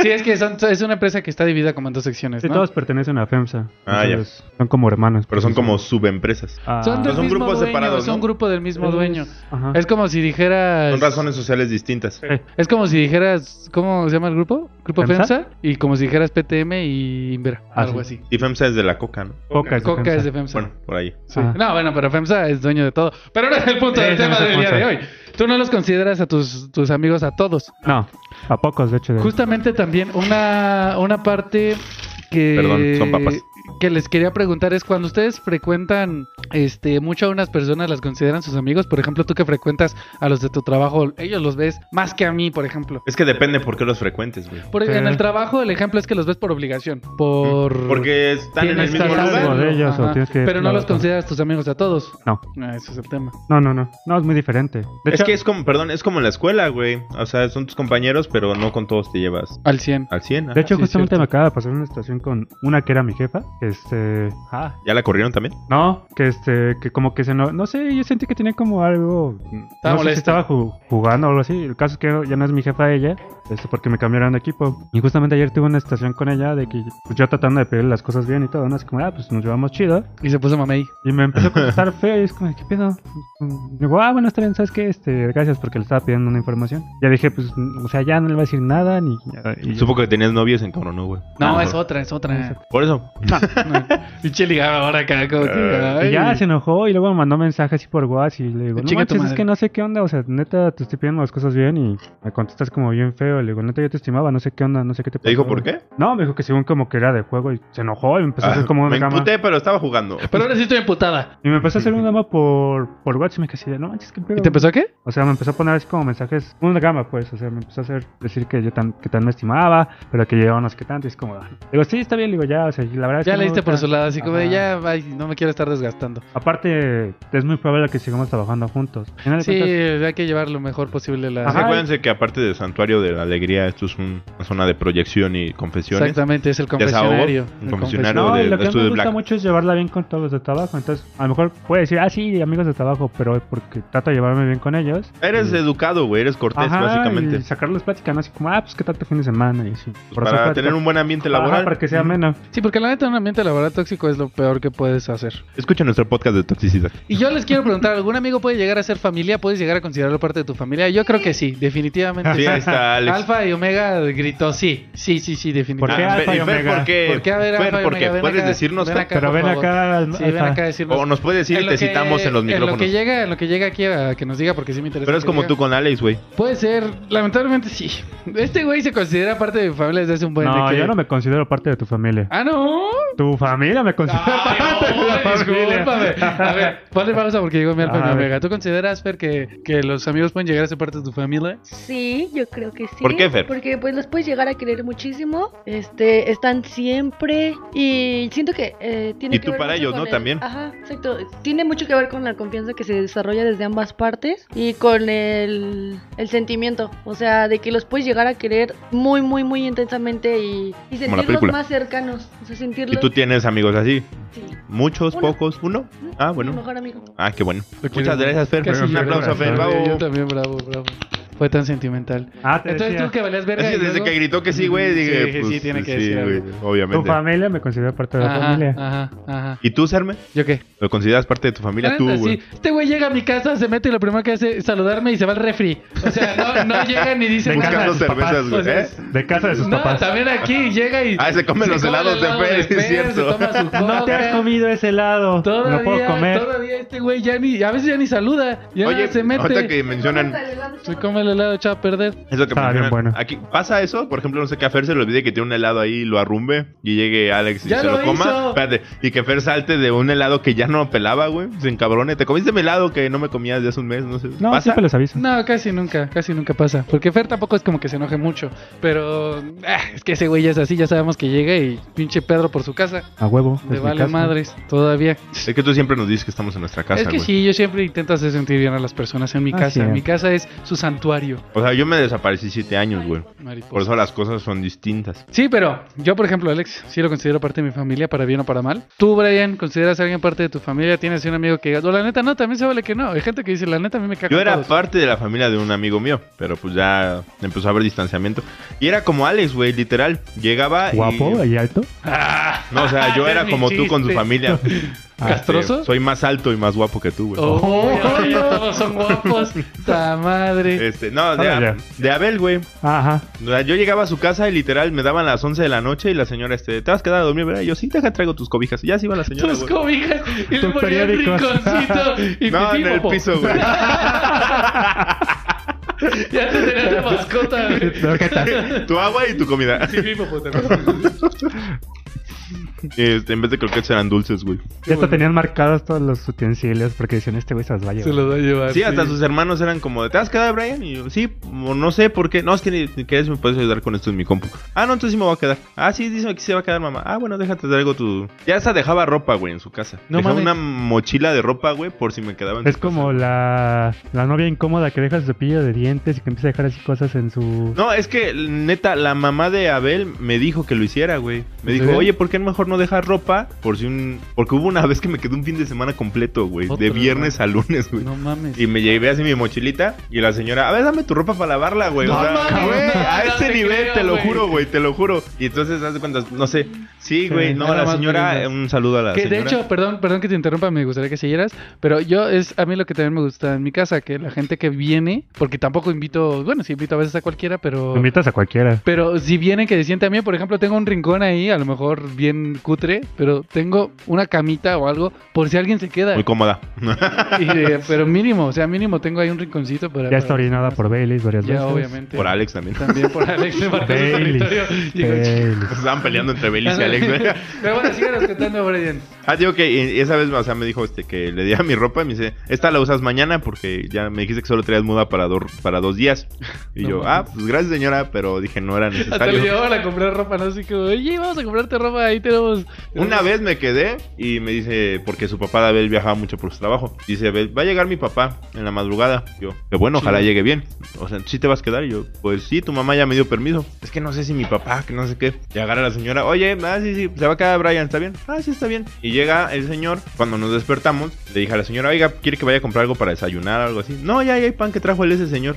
A: sí, es que son, es una empresa que está dividida como en dos secciones,
C: Sí,
A: ¿no?
C: todos pertenecen a FEMSA.
B: Ah, ya.
C: Entonces, Son como hermanos. pues,
B: Pero son como subempresas.
C: Ah,
A: Son del
B: Pero son
A: mismo
B: grupos
A: dueño,
B: separados,
A: son
B: ¿no?
A: grupo del mismo dueño.
C: Ajá.
A: Es como si dijeras...
B: Son razones sociales distintas.
C: Eh,
A: Es como si dijeras, ¿cómo se llama el grupo? Grupo
C: ¿FEMSA?
A: FEMSA. Y como si dijeras PTM y Invera,
C: Ah,
A: algo
C: sí.
A: así.
B: Y FEMSA es de la coca, ¿no?
C: Coca es de
A: Coca
C: FEMSA.
A: es de FEMSA.
B: Bueno, por ahí.
A: Sí.
C: Ah.
A: No, bueno, pero FEMSA es dueño de todo. Pero no es el punto
C: Sí,
A: del
C: ese
A: tema
C: no es el
A: del día
C: punto.
A: de hoy. Tú no los consideras a tus, tus amigos a todos.
C: No, a pocos, de hecho. de-
A: Justamente también una, una parte que...
B: Perdón, son papas.
A: que les quería preguntar es cuando ustedes frecuentan este mucho a unas personas las consideran sus amigos, por ejemplo, tú que frecuentas a los de tu trabajo, ellos los ves más que a mí, por ejemplo.
B: Es que depende por qué los frecuentes, güey.
A: Por-
C: Sí.
A: En el trabajo el ejemplo es que los ves por obligación, por
B: Mm. Porque están en el
A: Tienes que
B: mismo
A: estar
C: lugar.
A: algo
B: lugar.
C: Por ellos, o
A: Ajá.
C: tienes que-
A: Pero no
C: no,
A: los
C: no.
A: consideras tus amigos a todos.
C: No.
A: Ah, ese es el tema.
C: No, no, no. No, es muy diferente. De
B: Es
C: hecho,
B: que es como, perdón, es como en la escuela, güey. O sea, son tus compañeros, pero no con todos te llevas
A: Al 100.
B: al ¿ah? 100.
C: de hecho
A: Ah, sí,
C: justamente
A: cierto.
C: me acaba de pasar una situación con una que era mi jefa. que, Este. Ah.
B: ¿Ya la corrieron también?
C: No, que este, que como que se no, no sé, yo sentí que tenía como algo,
A: Estaba
C: no sé si
A: molesta.
C: estaba ju- jugando o algo así. El caso es que ya no es mi jefa ella, este, porque me cambiaron de equipo. Y justamente ayer tuve una estación con ella de que pues, yo tratando de pedirle las cosas bien y todo, ¿no? Así como, ah, pues nos llevamos chido.
A: Y se puso mamey.
C: Y me empezó a contestar feo y es como, ¿qué pedo? Y Digo, ah, bueno, está bien, ¿sabes qué? Este, gracias porque le estaba pidiendo una información. Ya dije, pues, o sea, ya no le voy a decir nada ni... y-
B: Supongo que tenías novios en cabrón, güey.
A: No,
B: Ah,
A: es
B: por-
A: otra, es otra.
B: Por eso.
A: Pinche ligado ahora, carajo.
B: Eh,
C: Y ya se enojó y luego me mandó mensajes así por WhatsApp y le digo, no
A: Eh, Chinga tu
C: manches, es
A: madre".
C: que no sé qué onda, o sea, neta, te estoy pidiendo las cosas bien y me contestas como bien feo. Le digo, neta, yo te estimaba, no sé qué onda, no sé qué te
B: ¿Te
C: pasó.
B: dijo por qué?
C: No, me dijo que según como que era de juego y se enojó y me pues, empezó a hacer
B: Ah,
C: Pues como una
B: me
C: drama.
B: emputé, pero estaba jugando.
A: Pero ahora sí estoy emputada.
C: Y me empezó a hacer un drama por, por WhatsApp y me quedé así de, no manches, qué pedo.
A: ¿Y te empezó a qué?
C: O sea, me empezó a poner así como mensajes, una gama, pues. O sea, me empezó a hacer decir que yo tan, que tan me estimaba, pero que llevaba no sé qué tanto. Y es como, ah. digo, sí, está bien, le digo, ya, o sea, y la verdad es que.
A: Ya
C: no,
A: le diste
C: o
A: por
C: sea,
A: su lado, así como de
C: ajá.
A: ya, ay, no me quiero estar desgastando.
C: Aparte, es muy probable que sigamos trabajando juntos. Al final de
A: Sí,
C: cuentas,
A: hay que llevar lo mejor posible la.
C: Ajá.
B: Acuérdense que aparte de Santuario de la Alegría, esto es un- una zona de proyección y confesiones.
A: Exactamente, es el
B: Desahogo,
A: confesionario.
B: un
A: el
B: confesionario
A: confesionario.
C: Pues No,
B: de-
C: y lo que a mí
B: estudio
C: me
B: de
C: gusta
B: Black.
C: mucho es llevarla bien con todos los de trabajo. Entonces, a lo mejor puede decir, ah, sí, amigos de trabajo, pero porque trato de llevarme bien con ellos.
B: Eres
C: Y-
B: educado, güey. Eres cortés,
C: Ajá,
B: básicamente.
C: Y sacarles plática, ¿no? Así como, ah, pues qué tal tu fin de semana. Y así.
B: Pues
C: Por hacer
B: para
C: plática.
B: tener un buen ambiente
C: Ajá,
B: laboral.
C: para que sea menos.
A: Sí, porque la neta, un ambiente laboral tóxico es lo peor que puedes hacer.
B: Escucha nuestro podcast de toxicidad.
A: Y yo les quiero preguntar: ¿algún amigo puede llegar a ser familia? ¿Puedes llegar a considerarlo parte de tu familia? Yo creo que sí, definitivamente.
B: Sí, ahí está Alex.
A: Alfa y Omega gritó sí, sí, sí, sí,
C: ¿Por qué
A: definitivamente.
C: Alfa y
B: Ah, Fer, Fer,
C: Omega?
B: ¿por qué?
A: ¿Por qué? A ver,
B: Fer,
A: Alfa y
B: ¿por qué?
A: Omega, ven
B: ¿Puedes
A: acá,
B: decirnos?
A: ven
B: Fer?
A: acá,
C: Pero
A: por
C: ven
A: favor.
C: acá. al-
A: Sí, ven
C: ajá.
A: acá a decirnos.
B: O nos puedes
A: En
B: decir,
A: lo
B: te
A: que-
B: citamos en los
A: En lo que
B: micrófonos.
A: llega, en lo que llega aquí a que nos diga, porque sí me interesa.
B: Pero es
A: que
B: como
A: diga.
B: tú con Alex, güey.
A: Puede ser, lamentablemente sí. Este güey se considera parte de mi familia desde hace un buen
C: no,
A: de que-
C: yo no me considero parte de tu familia.
A: Ah, no.
C: Tu familia me considera
A: Ay,
C: parte de la
A: hombre, discúlpame.
C: familia.
A: A ver, ponle pausa porque llegó mi alfa y mi
C: Ah, A ver.
A: omega. ¿Tú consideras, Fer, que, que los amigos pueden llegar a ser parte de tu familia?
D: Sí, yo creo que sí.
B: ¿Por qué, Fer?
D: Porque pues los puedes llegar a querer muchísimo. Este, están siempre y siento que eh, tiene
B: Y
D: que
B: tú
D: ver
B: para
D: mucho
B: ellos,
D: con
B: ¿no?
D: el-
B: También.
D: Ajá, exacto. Tiene mucho que ver con la confianza que se desarrolla desde ambas partes y con el, el sentimiento, o sea, de que los puedes llegar a querer muy, muy, muy intensamente y, y
B: Como la
D: sentirlos
B: película.
D: más cercanos, o sea, sentirlos.
B: Y tú tienes amigos así.
D: Sí.
B: Muchos,
D: Uno.
B: pocos, uno. Ah,
D: Mi
B: bueno.
D: mejor amigo.
B: Ah, qué bueno.
A: Lo quiero
B: Muchas
A: mucho.
B: gracias, Fer.
A: Casi
B: Un
A: lloro.
B: aplauso, Fer.
A: Yo
B: Bravo.
A: también, bravo, bravo. Fue tan sentimental.
C: Ah, te
A: Entonces
C: decía,
A: tú que valías verga.
B: Es que
A: y
B: desde
A: luego-
B: que gritó que sí, güey,
A: Sí,
B: dije,
A: dije,
B: pues,
A: sí, tiene que decir
B: güey,
C: tu
B: obviamente.
C: familia me considera parte de la
A: Ajá, ah.
C: familia.
A: ajá, ajá.
B: ¿Y tú, Serme?
A: ¿Yo qué?
B: ¿Lo consideras parte de tu familia
A: La
B: tú,
A: neta,
B: güey?
A: sí. Este güey llega a mi casa, se mete y lo primero que hace es saludarme y se va al refri. O sea, no, no llega ni dice
C: Me
A: nada.
C: encanta
B: Buscando
C: sus papás,
B: cervezas,
A: o
B: güey.
A: sea,
B: ¿eh?
A: es-
C: De casa de sus
A: No,
C: papás.
A: también aquí llega y.
B: Ah, se come los
A: come
B: helados
A: el
B: de
A: helado
B: Fer, sí, es
A: Fer, se
B: cierto.
A: toma su
C: No te has
A: coca.
C: comido ese helado.
A: Todavía,
C: no puedo comer.
A: todavía este güey ya ni, a veces ya ni saluda, ya
B: Oye,
A: se
B: ahorita
A: mete,
B: que mencionan
A: se come el helado echado a perder.
B: Eso que
C: Estaba bien
B: mencionan.
C: bueno.
B: Aquí pasa eso, por ejemplo, no sé que a Fer se le olvide que tiene un helado ahí y lo arrumbe y llegue Alex y
A: ¡Ya
B: se
A: lo
B: lo, coma.
A: hizo!
B: Espérate, y que Fer salte de un helado que ya no pelaba, güey. Se encabrone. Te comiste mi helado que no me comías de hace un mes, no sé.
C: No,
B: ¿Pasa?
C: siempre les aviso.
A: No, casi nunca, casi nunca pasa, porque Fer tampoco es como que se enoje mucho, pero ah, es que ese güey ya es así, ya sabemos que llega y pinche Pedro por su casa,
C: A huevo.
A: le
C: es mi
A: vale
C: casa.
A: madres todavía.
B: Es que tú siempre nos dices que estamos en nuestra casa,
A: es que
B: güey.
A: sí, yo siempre intento hacer sentir bien a las personas en mi
C: Ah,
A: casa,
C: sí.
A: mi casa es su santuario,
B: O sea, yo me desaparecí siete años, güey.
A: mariposa.
B: Por eso las cosas son distintas.
A: Sí, pero yo, por ejemplo, Alex, sí lo considero parte de mi familia, para bien o para mal. Tú, Brian, ¿consideras a alguien parte de tu familia? ¿Tienes un amigo que digas, o la neta no, también se vale que no? Hay gente que dice, la neta a mí me caga
B: Yo era
A: todos".
B: parte de la familia de un amigo mío, pero pues ya empezó a haber distanciamiento. Y era como Alex, güey, literal. Llegaba y-
C: Guapo y alto.
B: No, o sea, yo
A: Ese
B: era
A: es mi
B: como tú con tu
A: chiste.
B: familia.
A: ¿Castroso?
B: Este, soy más alto y más guapo que tú, güey.
A: Oh, oye, todos son guapos. Ta madre.
B: Este, no, de,
C: Ah,
B: Ab-
C: ya.
B: de Abel, güey.
C: Ajá.
B: O sea, yo llegaba a su casa y literal me daban las 11 de la noche y la señora, este, te vas a quedar a dormir, ¿verdad? Y yo, sí, deja, traigo tus cobijas. Y ya se iba la señora,
A: Tus
B: güey.
A: cobijas y le
C: Tus
A: ponía el
C: periódicos.
A: rinconcito y
B: No, en el
A: pipimopo.
B: piso, güey.
A: Ya te tenías de mascota. güey.
C: No, ¿qué tal?
B: tu agua y tu comida.
A: Sí, pipimopo también.
B: Este, en vez de croquetas eran dulces, güey.
C: Ya hasta
A: bueno.
C: tenían marcados todos los utensilios porque decían, este güey se los va a
A: Se
C: llevar.
A: los va a llevar.
B: Sí, hasta sus hermanos eran como de, ¿te has quedado, Brian? Y yo, sí, o no sé por qué. No, es que ni, ni quieres, me puedes ayudar con esto en mi compu. Ah, no, entonces sí me voy a quedar. Ah, sí, dice que sí se va a quedar, mamá. Ah, bueno, déjate, traigo tu... Ya hasta dejaba ropa, güey, en su casa.
A: No
B: dejaba
A: mames.
B: una mochila de ropa, güey, por si me quedaba en
C: Es
B: su
C: como la, la novia incómoda que deja su cepillo de dientes y que empieza a dejar así cosas en su...
B: No, es que neta, la mamá de Abel me dijo que lo hiciera, güey. Me dijo,
A: ¿Sí?
B: oye, ¿por qué mejor no dejar ropa? Por si un... Porque hubo una vez que me quedé un fin de semana completo, güey. De
A: Otra,
B: viernes a lunes, güey.
A: No mames.
B: Y me llevé así mi mochilita y la señora, a ver, dame tu ropa para lavarla, güey.
A: No
B: o sea,
A: mames,
B: güey,
A: no, no
B: a ese
A: te
B: nivel,
A: creo,
B: te lo
A: güey.
B: juro, güey, te lo juro. Y entonces, haz de cuentas, no sé. Sí,
C: Sí,
B: güey, no,
A: nada
B: la
A: más
B: señora,
A: brindas.
B: un saludo a la
A: Que
B: señora.
A: de hecho, perdón, perdón que te interrumpa, me gustaría que siguieras, pero yo es a mí lo que también me gusta en mi casa, que la gente que viene, porque tampoco invito, bueno, sí invito a veces a cualquiera, pero
C: Lo Invitas a cualquiera.
A: pero si vienen que se siente a mí, por ejemplo, tengo un rincón ahí, a lo mejor bien cutre, pero tengo una camita o algo por si alguien se queda.
B: Muy cómoda.
A: Y de- pero mínimo, o sea, mínimo tengo ahí un rinconcito para
C: Ya está
A: para-
C: orinada por Baileys varias veces.
A: Ya obviamente.
B: Por Alex también.
A: También por Alex de Marcos del
C: Baileys,
A: Territorio. Llegó el chico.
C: Baileys.
B: Estaban peleando entre Belis y Alex, güey.
A: Pero bueno, síganos contando, Brian.
B: Ah, digo que y- y esa vez, o sea, me dijo este que le diera mi ropa y me dice, esta la usas mañana porque ya me dijiste que solo traías muda para, dos para dos días. Y
A: No
B: yo, ah,
A: mames.
B: pues gracias señora, pero dije no era
A: Hasta le
B: necesario.
A: llevaban a comprar ropa, ¿no? Así que, oye, vamos a comprarte ropa, ahí tenemos.
B: Una vez me quedé y me dice, porque su papá de Abel viajaba mucho por su trabajo. Dice, Abel, va a llegar mi papá en la madrugada. Yo, que bueno, ojalá
A: Chido.
B: llegue bien. O sea, ¿sí te vas a quedar? Y yo, pues sí, tu mamá ya me dio permiso. Es que no sé si mi papá, que no sé qué. Y agarra a la señora, oye, ah, sí, sí, se va a quedar Brian, ¿está bien? Ah, sí, está bien. Y llega el señor, cuando nos despertamos, le dije a la señora, oiga, ¿quiere que vaya a comprar algo para desayunar o algo así? No, ya, ya hay pan que trajo el ese señor.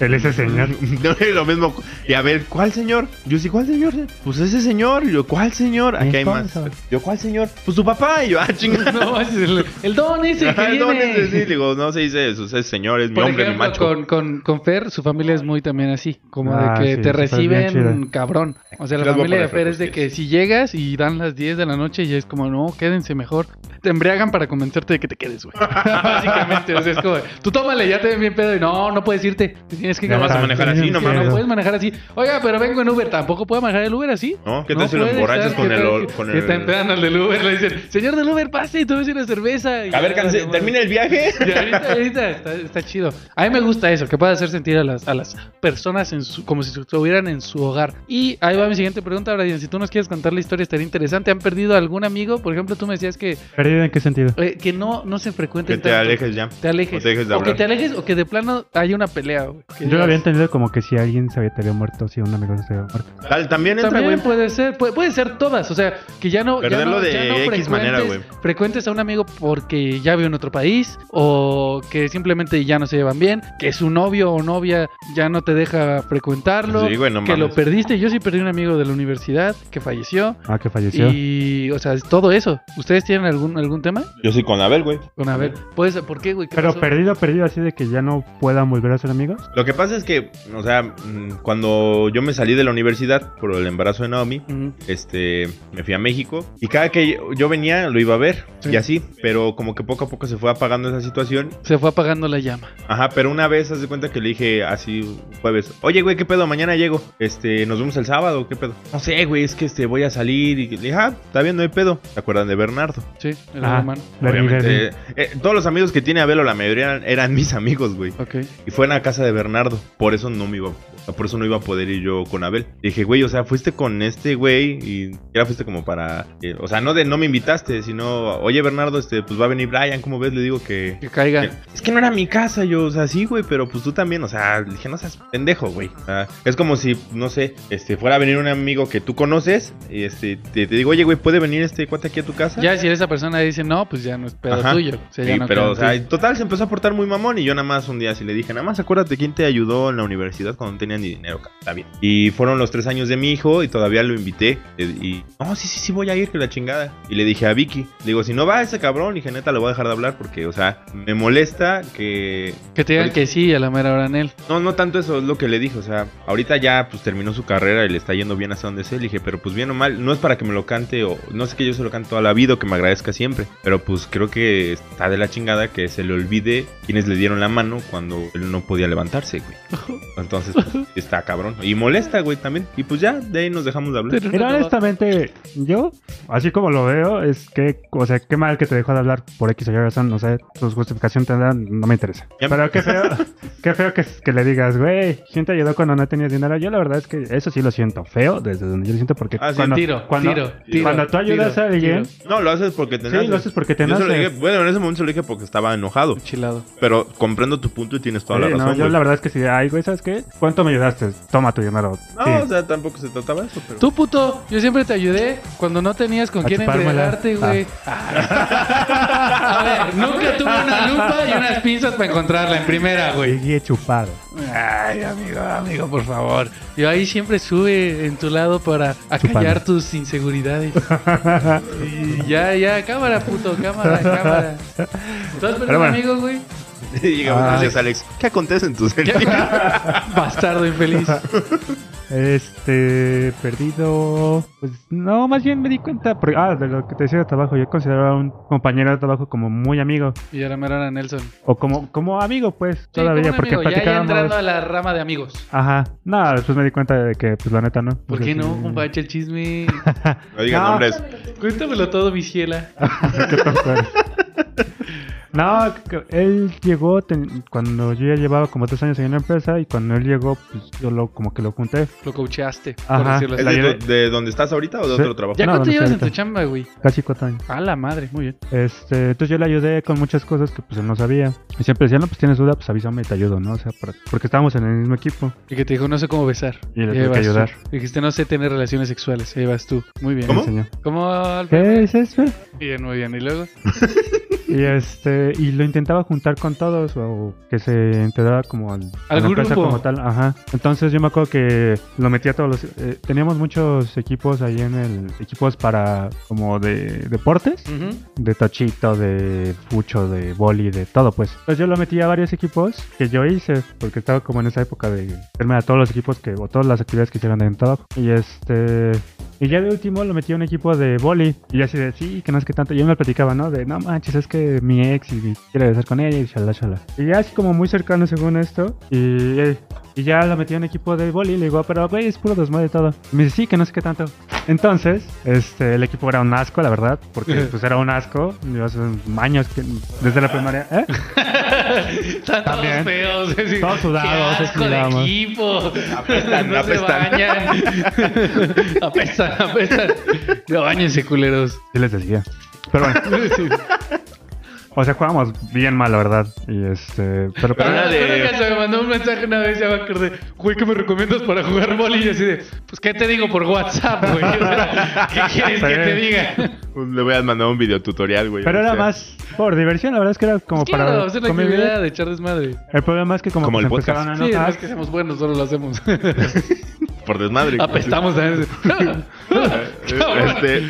C: Él ese señor.
B: No es lo mismo. Y a ver, ¿cuál señor? Yo sí, ¿cuál señor? Pues ese señor. Y yo, ¿cuál señor?
C: Mi
B: Aquí hay más.
C: esposo.
B: Yo, ¿cuál señor? Pues su papá. Y yo, ah, chingada.
A: No, manches, el, el don ese que
B: No,
A: viene.
B: no, sí, digo, no se dice eso, ese señor es mi
A: Por
B: hombre,
A: ejemplo,
B: mi macho.
A: Con, con, con Fer, su familia
B: Ah.
A: es muy también así, como
C: Ah,
A: de que
C: sí,
A: te
C: sí, está bien
A: reciben
C: chida.
A: cabrón. O sea, la
B: Las voy a
A: familia de
B: poner
A: Fer es de que
B: frecuentes.
A: si llegas y dan las 10 de la noche y es como, no, quédense mejor. Te embriagan para convencerte de que te quedes, güey. Básicamente, o sea, es como, tú tómale, ya te ven bien pedo y no, no puedes irte. Te tienes que
B: No vas a
A: quedar.
B: manejar así, no
A: No, no
B: mames.
A: puedes manejar así. Oiga, pero vengo en Uber, tampoco puedo manejar el Uber así.
B: ¿No? ¿Qué
A: No
B: tal si lo
A: puede
B: emborrachas
A: estar,
B: con
A: ¿qué
B: el,
A: tal
B: ol-
A: que-
B: con
A: que te
B: el...
A: empedan al del Uber, le dicen, señor del Uber, pase y tómese una cerveza. Y
B: A ver,
A: ya,
B: canse-
A: vale,
B: termina el viaje.
A: y ahorita, ahorita está, está chido. A mí me gusta eso, que pueda hacer sentir a las, a las personas en su- como si estuvieran en su hogar. Y ahí va mi siguiente pregunta, Brian. Si tú nos quieres contar la historia, estaría interesante. ¿Han perdido algún amigo? Por ejemplo, tú me decías que,
C: ¿Perdido en qué sentido?
A: eh, que no, no se
B: Que
A: frecuenten
B: te
A: tanto.
B: alejes ya.
A: Te alejes.
B: O te dejes de
A: O que
B: hablar.
A: te alejes o que de plano haya una pelea. güey. Que
C: Yo lo había
A: digas,
C: entendido como que si alguien se había, te había muerto, si un amigo se había muerto.
B: Tal- También entra,
A: También
B: güey.
A: puede ser, puede, puede ser todas, o sea, que ya no, ya
B: Perderlo
A: no-
B: de
A: ya no
B: X
A: frecuentes-
B: manera, güey.
A: Frecuentes a un amigo porque ya vive en otro país o que simplemente ya no se llevan bien, que su novio o novia ya no te deja frecuentarlo,
B: Sí, güey, no
A: que lo
B: mames.
A: perdiste. Yo sí perdí un amigo de la universidad que falleció
C: Ah, que falleció.
A: y, o sea, es todo eso. ¿Ustedes tienen algún algún tema?
B: Yo soy con Abel, güey.
A: Bueno, a ver, pues, ¿por qué, güey? ¿Qué
C: Pero
A: pasó?
C: perdido, perdido, así de que ya no puedan volver a ser amigos.
B: Lo que pasa es que, o sea, mm, cuando yo me salí de la universidad por el embarazo de Naomi,
A: Ujú.
B: este, me fui a México y cada que yo- yo venía lo iba a ver
A: Sí.
B: y así, pero como que poco a poco se fue apagando esa situación.
A: Se fue apagando la llama.
B: Ajá, pero una vez haz de cuenta que le dije así jueves, "Oye, güey, ¿qué pedo? Mañana llego. Este, nos vemos el sábado, ¿qué pedo?" No sé, güey, es que este voy a salir y le dije, "Ah, está bien, no hay pedo." ¿Se acuerdan de Bernardo?
A: Sí, el
C: Ah,
A: hermano.
C: Bernie,
B: Obviamente,
C: Bernie.
B: eh, eh, todos los amigos que tiene Abel o la mayoría eran, eran mis amigos, güey.
A: Ok.
B: Y fue en la casa de Bernardo. Por eso no me iba. o sea, Por eso no iba a poder ir yo con Abel. Le dije, güey, o sea, fuiste con este güey y ya fuiste como para. eh, o sea, no de no me invitaste, sino, oye, Bernardo, este, pues va a venir Brian, ¿cómo ves? Le digo que.
A: Que caiga.
B: que- Es que no era mi casa, yo, o sea, sí, güey, pero pues tú también, o sea, le dije, no seas pendejo, güey. O sea, es como si, no sé, este, fuera a venir un amigo que tú conoces y este, te, te digo, oye, güey, ¿puede venir este cuate aquí a tu casa?
A: Ya si esa persona dice no, pues ya no es pedo
B: Ajá.
A: tuyo. O sea, ya
B: Sí,
A: no
B: pero,
A: creo
B: o
A: en
B: sea,
A: ti.
B: en total se empezó a portar muy mamón y yo nada más un día así le dije, nada más acuérdate quién te ayudó en la universidad cuando no tenía ni dinero, ca- está bien. Y fueron los tres años de mi hijo y todavía lo invité eh, y, no, sí, sí, sí, voy a ir, que la chingada. Y le dije a Vicky, le digo, si no va ese cabrón, dije, neta, le voy a dejar de hablar porque, o sea, me molesta que...
A: Que te digan
B: ahorita-
A: que sí a la mera hora en él.
B: No, no tanto eso, es lo que le dije, o sea, ahorita ya, pues, terminó su carrera y le está yendo bien hasta donde sé, le dije, pero pues bien o mal, no es para que me lo cante o no sé que yo se lo cante toda la vida o que me agradezca siempre, pero pues creo que está de la chingada que se le olvide quienes le dieron la mano cuando él no podía levantarse, güey. Entonces, pues, Está cabrón. Y molesta, güey, también. Y pues ya, de ahí nos dejamos de hablar.
C: Mira, honestamente, yo, así como lo veo, es que, o sea, qué mal que te dejó de hablar por X o Y razón, o sea, tus justificaciones te dan, no me interesa.
B: Ya-
C: Pero qué feo, qué feo que, que le digas, güey, ¿quién te ayudó cuando no tenías dinero? Yo la verdad es que eso sí lo siento feo, desde donde yo lo siento, porque
B: Ah, sí,
C: cuando,
A: tiro,
C: cuando,
A: tiro,
B: tiro,
C: cuando tú ayudas
A: tiro,
C: a alguien,
A: tiro.
B: No, lo haces porque te
C: sí, lo haces porque te
B: Yo se lo dije-
C: nace.
B: bueno, en ese momento se lo dije porque estaba enojado.
A: Enchilado.
B: Pero comprendo tu punto y tienes toda la
C: Sí, no,
B: razón.
C: yo
B: güey.
C: la verdad es que sí, ay, güey, ¿sabes qué? ¿Cuánto me ayudaste? Toma tu dinero.
B: No,
C: Sí.
B: o sea, tampoco se trataba de eso. Pero...
A: Tú, puto, yo siempre te ayudé cuando no tenías con
C: A
A: quién
C: chupármela.
A: enredarte, güey. Ah. A ver, nunca tuve una lupa y unas pinzas para encontrarla en primera, güey.
C: Llegué chupado.
A: Ay, amigo, amigo, por favor. Yo ahí siempre sube en tu lado para acallar
C: Chupando.
A: tus inseguridades. Y ya, ya, cámara, puto, cámara, cámara. ¿Tú has perdido
C: Pero bueno.
A: amigos, güey?
B: Y llegamos,
C: Ay.
B: gracias, Alex. ¿Qué acontece en tus
A: Bastardo infeliz.
C: Este, perdido. Pues no, más bien me di cuenta. por- ah, de lo que te decía de trabajo. Yo consideraba a un compañero de trabajo como muy amigo.
A: Y ahora me era Nelson. Sí,
C: O como, como amigo, pues,
A: como
C: todavía,
A: un
C: porque
A: amigo, ya, ya
C: platicábamos.
A: entrando a la rama de amigos.
C: Ajá. No, después me di cuenta de que, pues, la neta, ¿no?
A: ¿Por
C: Porque
A: qué no,
C: sí.
A: compadre? El chisme.
B: No digas
C: No. Pues
B: nombres.
A: Cuéntamelo todo, mi ciela.
C: ¿Qué tal fue? No, que- él llegó ten- cuando yo ya llevaba como tres años en la empresa y cuando él llegó, pues yo lo, como que lo junté.
A: Lo coacheaste, por
C: Ajá.
A: decirlo
B: ¿Es
A: así.
C: La
B: de,
C: llevé-
B: do- de donde estás ahorita o de
C: Sí.
B: otro trabajo?
A: ¿Ya
C: No,
A: cuánto
C: no sé
A: llevas en
C: ahorita.
A: tu chamba, güey?
C: Casi cuatro años.
A: A la madre, muy bien.
C: Este, entonces yo le ayudé con muchas cosas que pues él no sabía. Y siempre decía, no, pues tienes duda, pues avísame y te ayudo, ¿no? O sea, para- porque estábamos en el mismo equipo.
A: Y que te dijo, no sé cómo besar.
C: Y le
A: Ahí
C: tuve que
A: vas tú.
C: ayudar.
A: Dijiste, no sé tener relaciones sexuales. Ahí vas tú. Muy bien.
C: Me
B: ¿Cómo?
C: enseñó.
A: ¿Cómo, Alfred?
C: ¿Qué es eso?
A: Bien, muy bien. ¿Y luego?
C: Y este, y lo intentaba juntar con todos, o que se enterara como al, a la
A: Al
C: empresa
A: grupo.
C: como tal, ajá. Entonces yo me acuerdo que lo metía a todos los, eh, teníamos muchos equipos ahí en el, equipos para como de deportes.
A: Ujú.
C: de tochito, de fucho, de boli, de todo, pues. Entonces yo lo metí a varios equipos que yo hice, porque estaba como en esa época de meterme a todos los equipos que, o todas las actividades que hicieron en el trabajo. Y este. Y ya de último lo metí a un equipo de boli. Y yo así de, sí, que no es que tanto. Y él me platicaba, ¿no? De, no manches, es que mi ex y quiere besar con ella y shalá, shalá. Y ya así como muy cercano según esto. Y, eh, y ya lo metí a un equipo de boli. Y le digo, "Ah, pero güey, es puro desmadre todo. Y me dice, sí, que no sé qué tanto. Entonces, este, el equipo era un asco, la verdad, porque pues era un asco. Yo hace años que desde la primaria, ¿eh?
A: Están todos
C: También.
A: feos. es decir,
C: Todos sudados,
A: qué asco de
C: sudados.
A: equipo.
B: Apestan,
A: no se
B: apestan.
A: bañan. apestan, apestan. No, bañense, culeros.
C: Sí les decía. Pero bueno, o sea, jugábamos bien mal, la verdad. Y este, pero,
B: Pero era
A: Ah,
B: de-
A: recuerdo que se me mandó un mensaje una vez, ya me acordé. Güey, ¿qué me recomiendas para jugar boli? Y así de, pues, ¿qué te digo por WhatsApp, güey? O sea, ¿qué quieres que te diga?
B: Pues le voy a mandar un videotutorial, güey.
C: pero
B: o
C: era
B: sea.
C: más por diversión, la verdad es que era como
A: Es que
C: para
A: no, hacer la
C: convivir.
A: actividad de echar desmadre.
C: El problema es que como,
B: Como
C: que
B: el
C: se
B: podcast.
C: empezaron a
A: Sí, Ah, no
C: enojar,
A: es que seamos buenos, solo lo hacemos.
B: Por desmadre.
A: Apestamos también.
B: Este,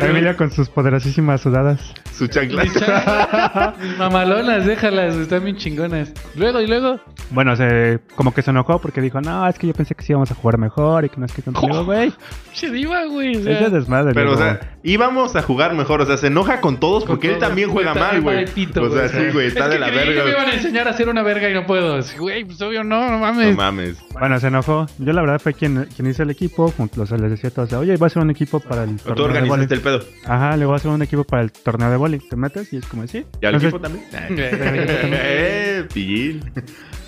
C: Emilia con sus poderosísimas sudadas.
B: su chancla.
A: Mis chanclas, mis mamalonas, déjalas, están bien chingonas. Luego y luego.
C: Bueno, se como que se enojó porque dijo, "No, es que yo pensé que sí íbamos a jugar mejor y que no es que tanto, Le digo, güey."
A: Che diva, güey. o sea,
C: Ese es desmadre.
B: Pero, o
C: luego.
B: sea, íbamos a jugar mejor. O sea, se enoja con todos
A: con
B: porque él
A: todo.
B: también juega mal,
A: también
B: güey.
A: vale pito,
B: O sea, sí, güey, está
A: Es
B: de
A: que
B: la
A: creí que me iban
B: verga.
A: a enseñar a hacer una verga y no puedo. Sí, Güey, pues obvio no, no
B: No
A: mames.
B: mames.
C: Bueno, se enojó. Yo la verdad fue quien, quien hice el equipo, junto, o sea, les decía a todos, oye, voy a hacer un equipo para el
B: Tú
C: torneo de
B: organizaste
C: vóley".
B: el pedo.
C: Ajá, le voy a hacer un equipo para el torneo de boli. Te metes y es como, sí.
B: ¿Y al
C: Entonces,
B: equipo también? Eh, pillín.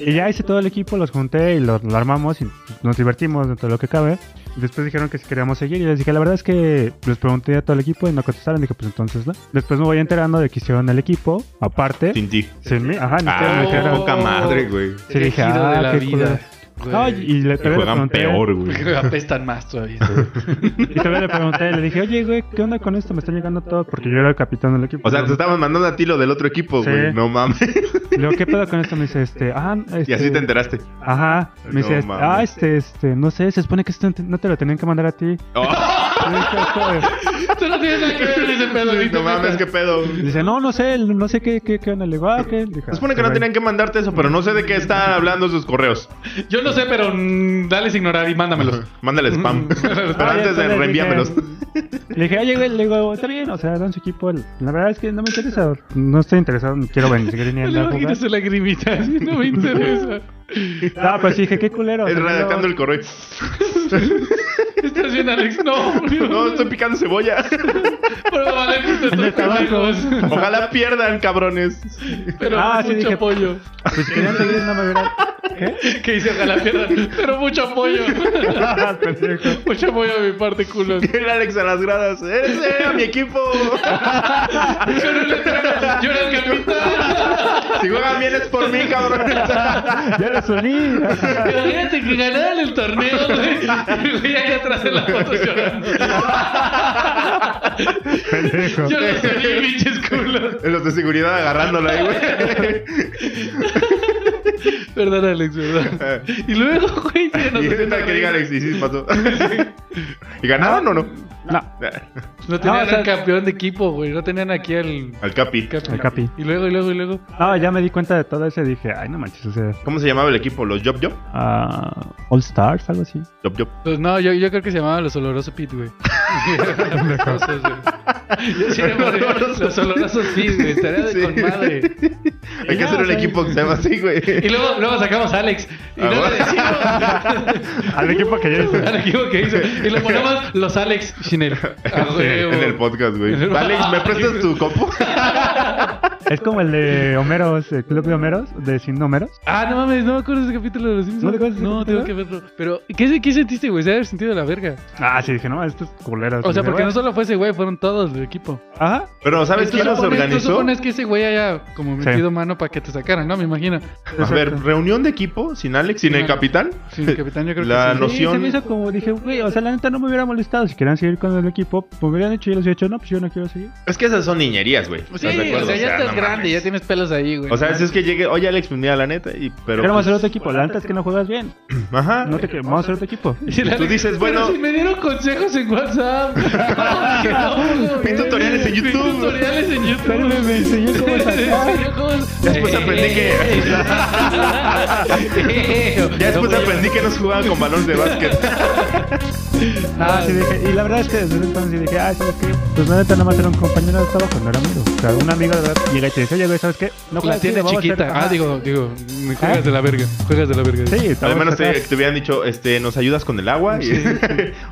C: Y ya hice todo el equipo, los junté y los, lo armamos y nos divertimos dentro de lo que cabe. Después dijeron que si queríamos seguir y les dije, la verdad es que les pregunté a todo el equipo y no contestaron. Dije, pues entonces no. Después me voy enterando de que hicieron el equipo, aparte, sin,
B: Sin ti.
C: mí. Ajá, ni siquiera
B: Ah,
C: me
A: qué
C: dijeron.
B: poca madre, güey.
C: Sí,
A: Qué
C: dije,
A: giro de
C: ah,
A: la
C: qué
A: vida. güey.
C: Ah, y
B: Que
C: le, todavía le
B: juegan
C: pregunté-
B: peor, güey.
A: apestan más todavía.
C: Y todavía le pregunté, le dije, oye, güey, ¿qué onda con esto? Me están llegando todo porque yo era el capitán del equipo.
B: O sea, te estaban mandando a ti lo del otro equipo,
C: Sí.
B: güey. No mames.
C: Le digo, ¿qué pedo con esto? Me dice, este, ah, este,
B: Y así te enteraste.
C: Ajá. Me
B: No
C: dice, este,
B: mames.
C: ah, este, este, no sé, se supone que esto no te lo tenían que mandar a ti.
B: Oh,
C: Le dije, "Este",
A: Tú no tienes nada que ver en ese pedo. ni te
B: no mames,
A: metas.
B: qué pedo.
C: Dice, no, no sé, no sé qué, qué, qué onda. Le digo, ah, ¿qué? Dije,
B: Se supone que no
C: "Ah,
B: tenían que mandarte eso, pero no sé de qué están hablando sus correos.
A: Yo no sé, pero mm, dales ignorar y mándamelos.
B: Mándale spam. Pero
C: Ah, ya,
B: antes de
C: entonces le dije-
B: reenviármelos.
C: Le dije, oye, güey, le digo, está bien, o sea, dan su equipo. La verdad es que no me interesa, no estoy interesado, ni quiero venir ni
A: Le
C: andar
A: Imagina
C: jugar.
A: su lagrimita, así, no me interesa.
C: No, pues sí, dije, qué culero.
B: Es
C: o sea,
B: redactando
C: no-
B: el correo.
A: Estás bien, Alex, no.
B: No, estoy picando cebolla.
A: Pero vale, pues, estos pendejos.
B: Ojalá pierdan, cabrones.
A: Pero
C: Ah, sí,
A: mucho
C: dije-
A: apoyo.
C: Pues querían seguir, no me hubieran. ¿Qué?
A: Que hice ojalá pierdan. Pero mucho apoyo.
C: Ah, pendejo.
A: Mucho apoyo de mi parte, culos.
B: El Alex a las gradas. ¡Ese a mi equipo!
A: Yo no le traigo. Yo era el capitán.
B: Si juegan bien es por mí, cabrones.
C: Ya los uní.
A: Imagínate que ganaran el torneo, güey. Y el güey allá atrás de la foto llorando.
C: Pendejo.
A: Yo no soy pinches culos.
B: Los de seguridad agarrándolo ahí, güey.
A: Verdad, Alex, verdad. Y luego, güey, se nos
B: Eh. Y
A: hace
B: es
A: una
B: que
A: reina.
B: diga Alex, y sí pasó. ¿Y ganaron o no?
C: No,
A: No tenían
C: No, o sea-
A: al campeón de equipo, güey. No tenían aquí al.
B: Al Capi.
C: Al Capi.
A: Y luego, y luego, y luego.
C: no, ya me di cuenta de todo eso y dije, ay, no manches, o sea,
B: ¿Cómo se llamaba el equipo? ¿Los Job Job?
C: ah, All Stars, algo así.
B: Job Job.
A: Pues no, yo, yo creo que se llamaba Los Olorosos Pit, güey. Olorosos, güey. Yo sí llamaría Los Olorosos Pit, güey. Estaría de
B: Sí.
A: con madre.
B: Hay que hacer un equipo que se llama así, güey.
A: Y luego, luego sacamos a Alex. Y
B: Ah,
A: no
B: bueno.
A: le decimos
C: Al equipo que yo hice.
A: al equipo que hizo. Y lo ponemos Los Alex Chinel. A huevo.
B: En el podcast, güey. Alex, ¿me prestas tu copo?
C: Es como el de Homeros, el club de Homeros, de sin Homeros.
A: Ah, no mames, no me acuerdo de ese capítulo de los
C: ¿No
A: Simpsons.
C: te acuerdas de
A: tengo
C: ese capítulo?
A: que verlo. Pero, ¿qué, qué sentiste, güey? Se debe haber sentido de la verga.
C: Ah, sí, dije, no, estos culeros.
A: O sea,
C: Dije,
A: porque no
C: bueno.
A: solo fue ese güey, fueron todos del equipo.
C: Ajá.
B: Pero, ¿sabes
A: Tú
B: quién los
A: supones- Tú
B: organizó?
A: supones que ese güey haya como
C: Sí.
A: metido mano para que te sacaran, ¿no? Me imagino.
B: A ver, reunión de equipo sin Alex, sin el capitán.
A: Sin el capitán, yo creo
B: La
A: que sí.
B: no-
C: Sí, se
B: noción-
C: me hizo como dije, güey, o sea, la neta no me hubiera molestado. Si querían seguir con el equipo, me hubieran hecho y yo les hubiera hecho, no, pues yo no quiero seguir.
B: Es que esas son niñerías, güey.
A: Sí,
B: ¿Estás de
A: o
B: acuerdo?
A: sea, ya
B: no
A: estás
B: mames.
A: grande, ya tienes pelos ahí, güey.
B: O sea, si es que llegue, oye Alex, pues mira la neta, y, pero.
C: Queremos hacer
B: pues,
C: otro equipo. La neta es que no juegas bien.
B: Ajá.
C: No te queremos hacer otro equipo.
A: Y la-
B: tú dices,
A: pero
B: bueno-
A: si me dieron consejos en WhatsApp. ¿cómo que no, güey?
B: Vi tutoriales en
A: Vi
B: YouTube.
A: tutoriales en YouTube.
C: Espérame, me enseñó cómo sacar.
A: Me enseñó cómo-
B: Después aprendí
A: que.
B: Ya después aprendí que no se jugaban con balones de básquet.
C: Ah, sí, dije, y la verdad es que desde ese entonces dije, ah, ¿sabes qué? Pues la neta nada más era un compañero de trabajo, no era amigo. O sea, un amigo de verdad llega y te dice, oye, güey, ¿sabes qué? No
A: La
C: juegas
A: tiene
C: bien, vamos a hacer-
A: chiquita. Ah,
C: ajá.
A: digo, digo, me juegas de la verga. Juegas de la verga.
C: Sí, te
B: Al
C: vamos a
B: menos te,
C: sacar.
B: te hubieran dicho, este, ¿nos ayudas con el agua? Y-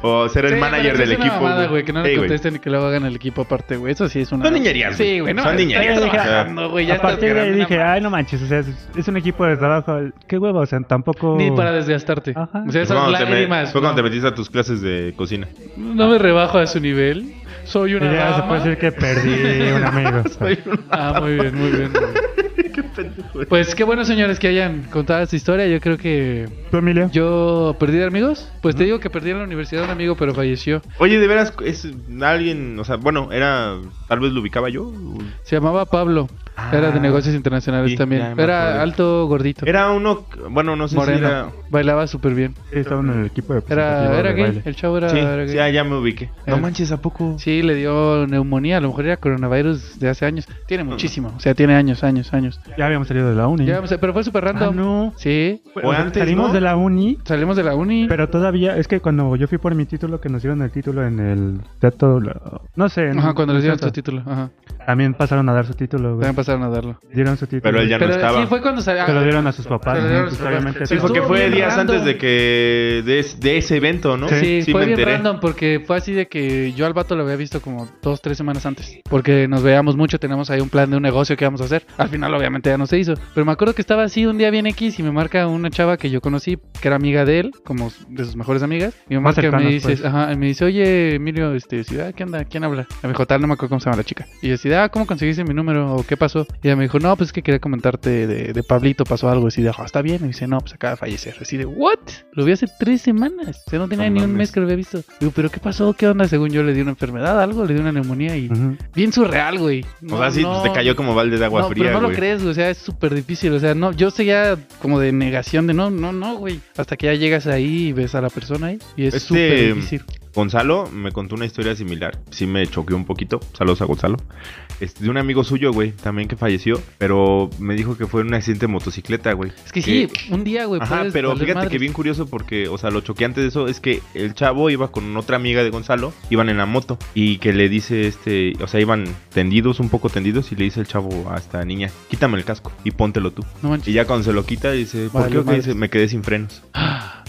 B: o ser el
A: Sí,
B: manager
A: pero
B: del
A: es una
B: equipo.
A: mamada, güey, que no le
B: Ey, güey.
A: contesten y que lo hagan el equipo aparte, güey. Eso sí es una.
B: Son niñerías, güey.
A: Sí, güey, no.
B: Son niñerías,
A: estás
C: o sea.
A: trabajando, güey, ya
C: a
A: estás
C: partir de ahí
A: grande,
C: dije,
A: no
C: ay, no manches, o sea, es, es un equipo de trabajo. Qué huevo, o sea, tampoco...
A: Ni para desgastarte.
C: ah, oh. Ajá.
A: O sea,
B: Fue
A: esas
B: cuando te me-
A: lágrimas.
B: fue cuando te
A: no,
B: metiste a tus clases de cocina.
A: no me rebajo a su nivel. Soy
C: Y
A: una
C: ya se
A: dama.
C: puede decir que perdí un amigo. o sea.
A: Ah, muy bien, muy bien. Pues qué bueno, señores, que hayan contado esta historia. Yo creo que
C: ¿Tú, Emilio?
A: yo perdí de amigos. Pues te digo que perdí en la universidad un amigo, pero falleció.
B: Oye, de veras, es alguien, o sea, bueno, era, tal vez lo ubicaba yo.
A: Se llamaba Pablo. Era de negocios internacionales
B: Ah. sí, ya
A: también.
B: me
A: Era
B: acordé.
A: alto, gordito.
B: Era uno, bueno, no sé si era...
A: moreno. Bailaba súper bien.
C: Sí, estaba en el equipo de
A: Era,
C: representativo
A: era
C: de
A: gay.
C: baile.
A: El chavo era,
B: Sí,
A: era
B: sí, ah,
A: gay.
B: ya, ya me ubiqué.
A: Era-
B: No manches, ¿a poco?
A: Sí, le dio neumonía, a lo mejor era coronavirus de hace años. Tiene
B: Mm.
A: muchísimo, o sea, tiene años, años, años.
C: Ya habíamos salido de la uni.
A: Ya, o sea, pero fue súper
C: Ah,
A: random.
C: no.
A: Sí,
B: O antes,
C: Salimos
B: ¿no?
C: de la uni,
A: salimos de la uni.
C: pero todavía... Es que cuando yo fui por mi título, que nos dieron el título en el teatro... la- No sé. en-
A: Ajá, cuando les dieron
C: teatro.
A: su título. Ajá,
C: También pasaron a dar su título, güey.
A: también pasaron a darlo.
C: Dieron su título.
B: Pero él ya
A: pero
B: no estaba.
A: sí, fue cuando salió. ah,
C: Se lo dieron a sus papás.
A: Se lo
C: ¿no?
A: dieron a
C: Pues,
A: sus papás.
C: obviamente,
A: Sí,
B: Sí, porque
A: Estuvo
B: fue
A: bien
B: días
A: random.
B: antes de que de, es- de ese evento, ¿no?
A: Sí, fue
B: me
A: bien
B: enteré.
A: random porque fue así de que yo al vato lo había visto como dos, tres semanas antes. Porque nos veíamos mucho, tenemos ahí un plan de un negocio que íbamos a hacer. Al final obviamente ya no se hizo. Pero me acuerdo que estaba así un día bien X y me marca una chava que yo conocí, que era amiga de él, como de sus mejores amigas. Y me
C: Más
A: marca y me
C: cercanas,
A: dice,
C: pues.
A: ajá, y me dice, oye Emilio, este, ciudad, ¿qué onda? ¿Quién habla? Y me dijo, tal, no me acuerdo cómo se llama la chica. Y yo decía, ah, ¿cómo conseguiste mi número? ¿O qué pasó? Y ella me dijo, no, pues es que quería comentarte de, de Pablito, pasó algo. Y así de, "Ah, está bien. Y dice, no, pues acaba de fallecer. Y así de, ¿what? Lo vi hace tres semanas. O sea, no tenía
B: No
A: ni un
B: mames.
A: mes que lo había visto. Digo, ¿pero qué pasó? ¿Qué onda? Según yo le di una enfermedad, algo, le di una neumonía y.
C: Ujú.
A: Bien surreal, güey.
B: Mm. o sea, sí, pues te cayó como balde de agua
A: no,
B: fría,
A: Pero no
B: güey.
A: lo crees, güey, o sea, es súper difícil. O sea, no, yo seguía como de negación de no, no, no, güey. Hasta que ya llegas ahí y ves a la persona ahí. Y es
B: Este-
A: súper difícil.
B: Gonzalo me contó una historia similar. Sí me choqueó un poquito. Saludos a Gonzalo. Este, de un amigo suyo, güey, también que falleció. Pero me dijo que fue en un accidente de motocicleta, güey.
A: Es que sí, un día, güey.
B: Ajá,
A: puedes
B: pero
A: valer
B: fíjate
A: madre.
B: que bien curioso porque, o sea, lo choqueante de eso es que el chavo iba con otra amiga de Gonzalo, iban en la moto y que le dice este, o sea, iban tendidos, un poco tendidos y le dice el chavo a esta niña, quítame el casco y póntelo tú.
A: No
B: Y
A: manches.
B: ya cuando se lo quita dice, ¿por
A: Vale,
B: qué? o qué?"
A: madres.
B: Dice, me quedé sin frenos.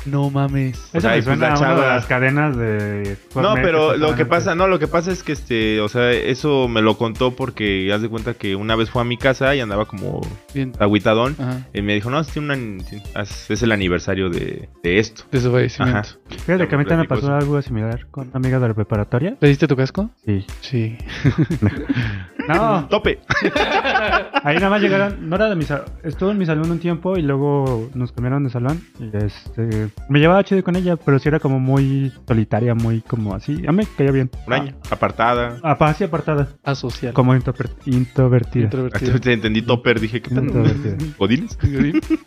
A: No mames.
B: O
C: Eso
B: sea,
C: me
B: y pues la
C: suena a una
B: chava-
C: de las cadenas de...
B: No, pero lo que
C: Exactamente.
B: pasa, no, lo que pasa es que este, o sea, eso me lo contó porque haz de cuenta que una vez fue a mi casa y andaba como
A: Bien.
B: agüitadón.
A: Ajá.
B: Y me dijo, no, es, un- es el aniversario de, de esto.
A: De su fallecimiento.
B: Ajá.
C: Fíjate que a mí también me pasó
B: Platicó eso.
C: algo similar con una amiga de la preparatoria.
A: ¿Le diste tu casco?
C: Sí.
A: Sí.
C: No,
B: Tope.
C: ahí nada más llegaron. No era de mi salón. Estuvo en mi salón un tiempo y luego nos cambiaron de salón. Y este. Me llevaba chido con ella, pero sí era como muy solitaria, muy como así. A mí me caía bien.
B: Braña, apartada.
C: Ah, pa- así apartada.
A: Asocial.
C: Como introver- introvertida.
A: Introvertido.
B: Te entendí topper, dije, ¿qué pedo?
C: Introvertida.
B: ¿Godines?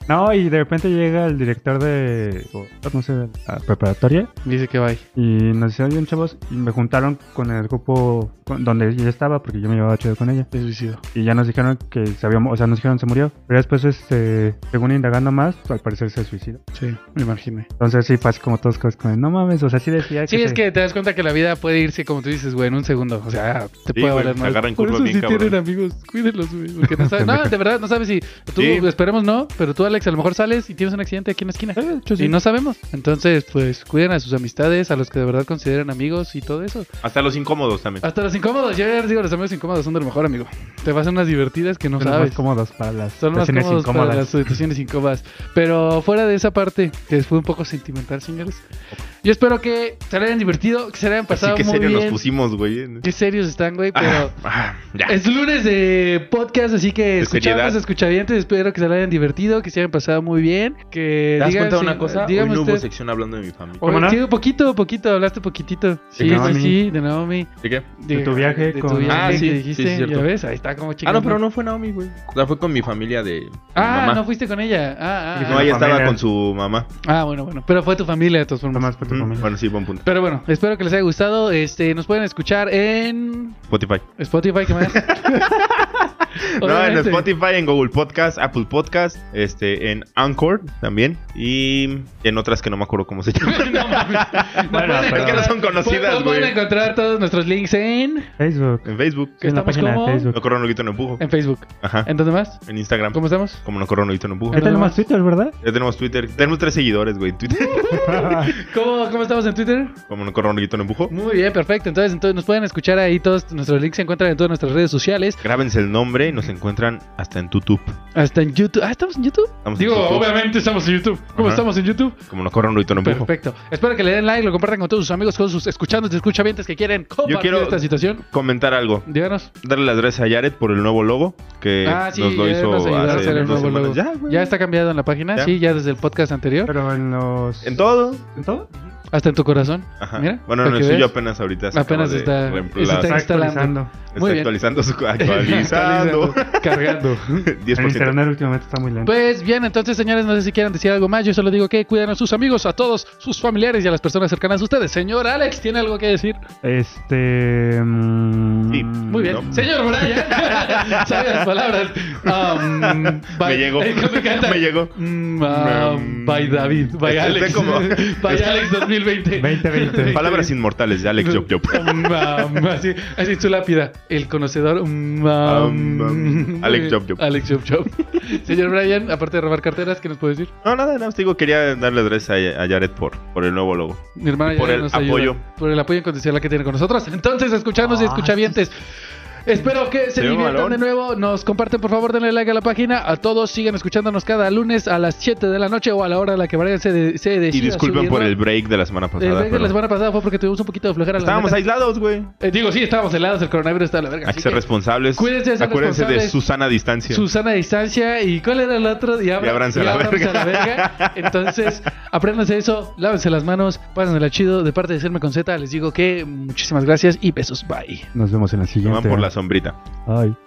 C: No, y de repente llega el director de. o, no sé, de la preparatoria.
A: Dice que bye.
C: Y nos dijeron, bien chavos. Y me juntaron con el grupo con- donde ella estaba, porque yo me llevaba chido con ella.
A: Se suicidó.
C: y ya nos dijeron que se había, mu- o sea, nos dijeron se murió. Pero después, este, según indagando más, al parecer se suicidó.
A: Sí, me imaginé.
C: Entonces sí, pasa como todos cosas con él. No mames, o sea, sí decía
A: Sí, es
C: se-
A: que te das cuenta que la vida puede irse, como tú dices, güey, en un segundo. O sea, te
B: Sí,
A: puede
B: güey,
A: valer
B: se
A: más.
B: agarran
A: Por
B: curvas
A: eso
B: bien
A: sí
B: cabrones.
A: tienen amigos. Cuídenlos, güey. Porque no sabes. No, de verdad, no sabes si. Tú,
B: Sí.
A: esperemos no, pero tú, Alex, a lo mejor sales y tienes un accidente aquí en la esquina.
C: Eh, de hecho, sí.
A: Y no sabemos. Entonces, pues cuiden a sus amistades, a los que de verdad consideran amigos y todo eso.
B: Hasta los incómodos también.
A: Hasta los incómodos. Yo ya les digo, los amigos incómodos son de lo mejor, amigo. Te vas a unas divertidas que no
C: son los
A: sabes.
C: más cómodos para las
A: Son los más
C: situaciones
A: cómodos para
C: incómodas.
A: las situaciones incómodas. Pero fuera de esa parte, que fue un poco sentimental, señores. Yo espero que se la hayan divertido, que se la hayan
B: Así
A: pasado
B: que
A: muy
B: serio nos
A: bien.
B: pusimos, güey. ¿eh?
A: Qué serios están, güey,
B: Ah,
A: pero...
B: ah, ya.
A: Es lunes de podcast, así que
B: De
A: escuchamos
B: seriedad.
A: escuchadientes. Espero que se la hayan divertido, que se hayan pasado muy bien. Que
B: ¿Te das
A: digan
B: cuenta de
A: si-
B: una cosa? Hoy
A: díganme
B: no hubo
A: ustedes-
B: sección hablando de mi familia.
C: ¿Cómo
A: Oye,
C: no?
A: Sí, un poquito, poquito, hablaste poquitito. Sí, sí,
C: Naomi.
A: sí, de Naomi.
B: ¿De qué?
C: De tu viaje
A: de tu
C: con-
A: viaje
B: Ah, sí,
A: que
B: sí,
A: dijiste,
B: sí, cierto.
A: ya ves, ahí está como chica.
B: Ah, no, pero no fue Naomi, güey. O sea, fue con mi familia de mi
A: Ah,
B: mamá.
A: no fuiste con ella. Ah, ah,
C: Y
A: ah.
B: No, ella estaba
C: Familia.
B: con su mamá.
A: Ah, bueno, bueno. Pero fue tu familia de todas formas.
C: Tomás, por tu
B: Mm,
C: familia.
B: Bueno, sí, buen punto.
A: Pero bueno, espero que les haya gustado. Este, nos pueden escuchar en
B: Spotify.
A: Spotify, ¿qué más?
B: No, en
A: Obviamente.
B: Spotify, en Google Podcast, Apple Podcast, este, en Anchor también. Y en otras que no me acuerdo cómo se llaman.
A: No mames. No
C: Bueno,
A: pueden
C: pero-
B: que no son conocidas,
A: pueden- pueden
B: güey.
A: encontrar todos nuestros links en,
C: Facebook.
B: En Facebook.
A: que
C: en la
A: estamos
C: página
A: como-
C: de Facebook.
B: No corro un loguito, no empujo.
A: en Facebook.
B: Ajá.
A: ¿En dónde más?
B: En Instagram.
A: ¿Cómo estamos?
B: Como no corro un loguito, no empujo.
C: Ahí tenemos
A: nomás.
C: Twitter, ¿verdad?
B: Ya tenemos Twitter. Tenemos tres seguidores, güey. en Twitter.
A: ¿Cómo, cómo estamos en Twitter?
B: Como no corro un loguito, no empujo.
A: Muy bien, perfecto. Entonces, entonces nos pueden escuchar ahí todos nuestros links se encuentran en todas nuestras redes sociales,
B: Grábense el nombre y nos encuentran hasta en YouTube.
A: hasta en YouTube. Ah, estamos en YouTube.
B: Estamos en
A: Digo,
B: YouTube.
A: obviamente estamos en YouTube. ¿Cómo
B: Ajá.
A: estamos en YouTube?
B: Como no corro un loguito, no empujo.
A: Perfecto. Espero que le den like, lo compartan con todos sus amigos, con sus escuchantes, escuchavientes que quieren compartir
B: quiero-
A: esta situación.
B: Comentar algo.
A: Díganos.
B: Darle las gracias a Yaret por el nuevo logo que
A: ah, sí,
B: nos lo
A: ya
B: hizo
A: nos ayudaron a
B: hace
A: hacer el
B: unas
A: nuevo
B: semanas.
A: logo.
B: Ya,
A: Ya,
B: güey.
A: está cambiado en la página,
B: Ya.
A: sí, ya desde el podcast anterior.
C: Pero en los...
B: En todo.
C: ¿En todo?
A: Hasta en tu corazón.
B: Ajá.
A: Mira,
B: bueno,
A: para
B: no, el
A: que
B: suyo
A: veas.
B: apenas ahorita se
A: Apenas
B: acaba
A: está-
B: de reemplazar.
A: está
B: está,
A: instalando.
C: actualizando.
A: Muy bien.
B: actualizando su actualizando.
A: Cargando.
B: 10%.
C: El internet últimamente está muy lento.
A: Pues bien, entonces señores, no sé si quieran decir algo más. Yo solo digo que cuidan a sus amigos, a todos sus familiares y a las personas cercanas a ustedes. Señor Alex, ¿tiene algo que decir?
C: Este... mm,
B: Sí,
A: Muy bien.
B: No.
A: Señor Brian, sabe las palabras. Um, by-
B: Me llegó.
A: Eh, ¿cómo canta?
B: Me llegó.
A: Mm, um, by David, by
B: Está
A: Alex.
B: como-
A: by Alex 2020.
C: 2020.
B: Palabras inmortales de Alex Job Job.
A: Um, um, así, así su lápida. El conocedor. um, um,
B: Um, um, Alex Job Job.
A: Alex Job Job. Señor Brian, aparte de robar carteras, ¿qué nos puede decir?
B: No, nada, nada más te digo, quería darle las gracias a, a Yaret por, por el nuevo logo.
A: Mi hermana
B: Y por
A: ya
B: el
A: nos ayuda,
B: apoyo.
A: por el apoyo incondicional que tiene con nosotros. Entonces, escucharnos y
C: Ah,
A: escuchavientes. Espero que se
B: Señor
A: diviertan
B: Malón.
A: de nuevo. Nos comparten, por favor, denle like a la página. A todos sigan escuchándonos cada lunes a las 7 de la noche o a la hora a la que Brian se, de- se
B: Y
A: decida
B: disculpen
A: subirlo.
B: por el break de la semana
A: El
B: pasada.
A: break de
B: pero
A: la semana pasada fue porque tuvimos un poquito de flojera. la
B: Estábamos
A: neta.
B: aislados, güey.
A: Eh, digo, sí, estábamos helados, el coronavirus está a la verga.
B: Hay
A: así
B: que ser
A: que
B: responsables.
A: cuídense de ser
B: Acuérdense de
A: responsables.
B: su sana distancia.
A: Susana a distancia. ¿Y cuál era el otro? Y, abra-
B: Y ábranse a la
A: ábranse
B: verga.
A: verga. Entonces, apréndanse eso, lávense las manos, pásenla chido. De parte de Serme con Z, les digo que muchísimas gracias y besos. Bye.
C: Nos vemos en la
B: Se van
C: siguiente.
B: por la sombrita.
C: Ay.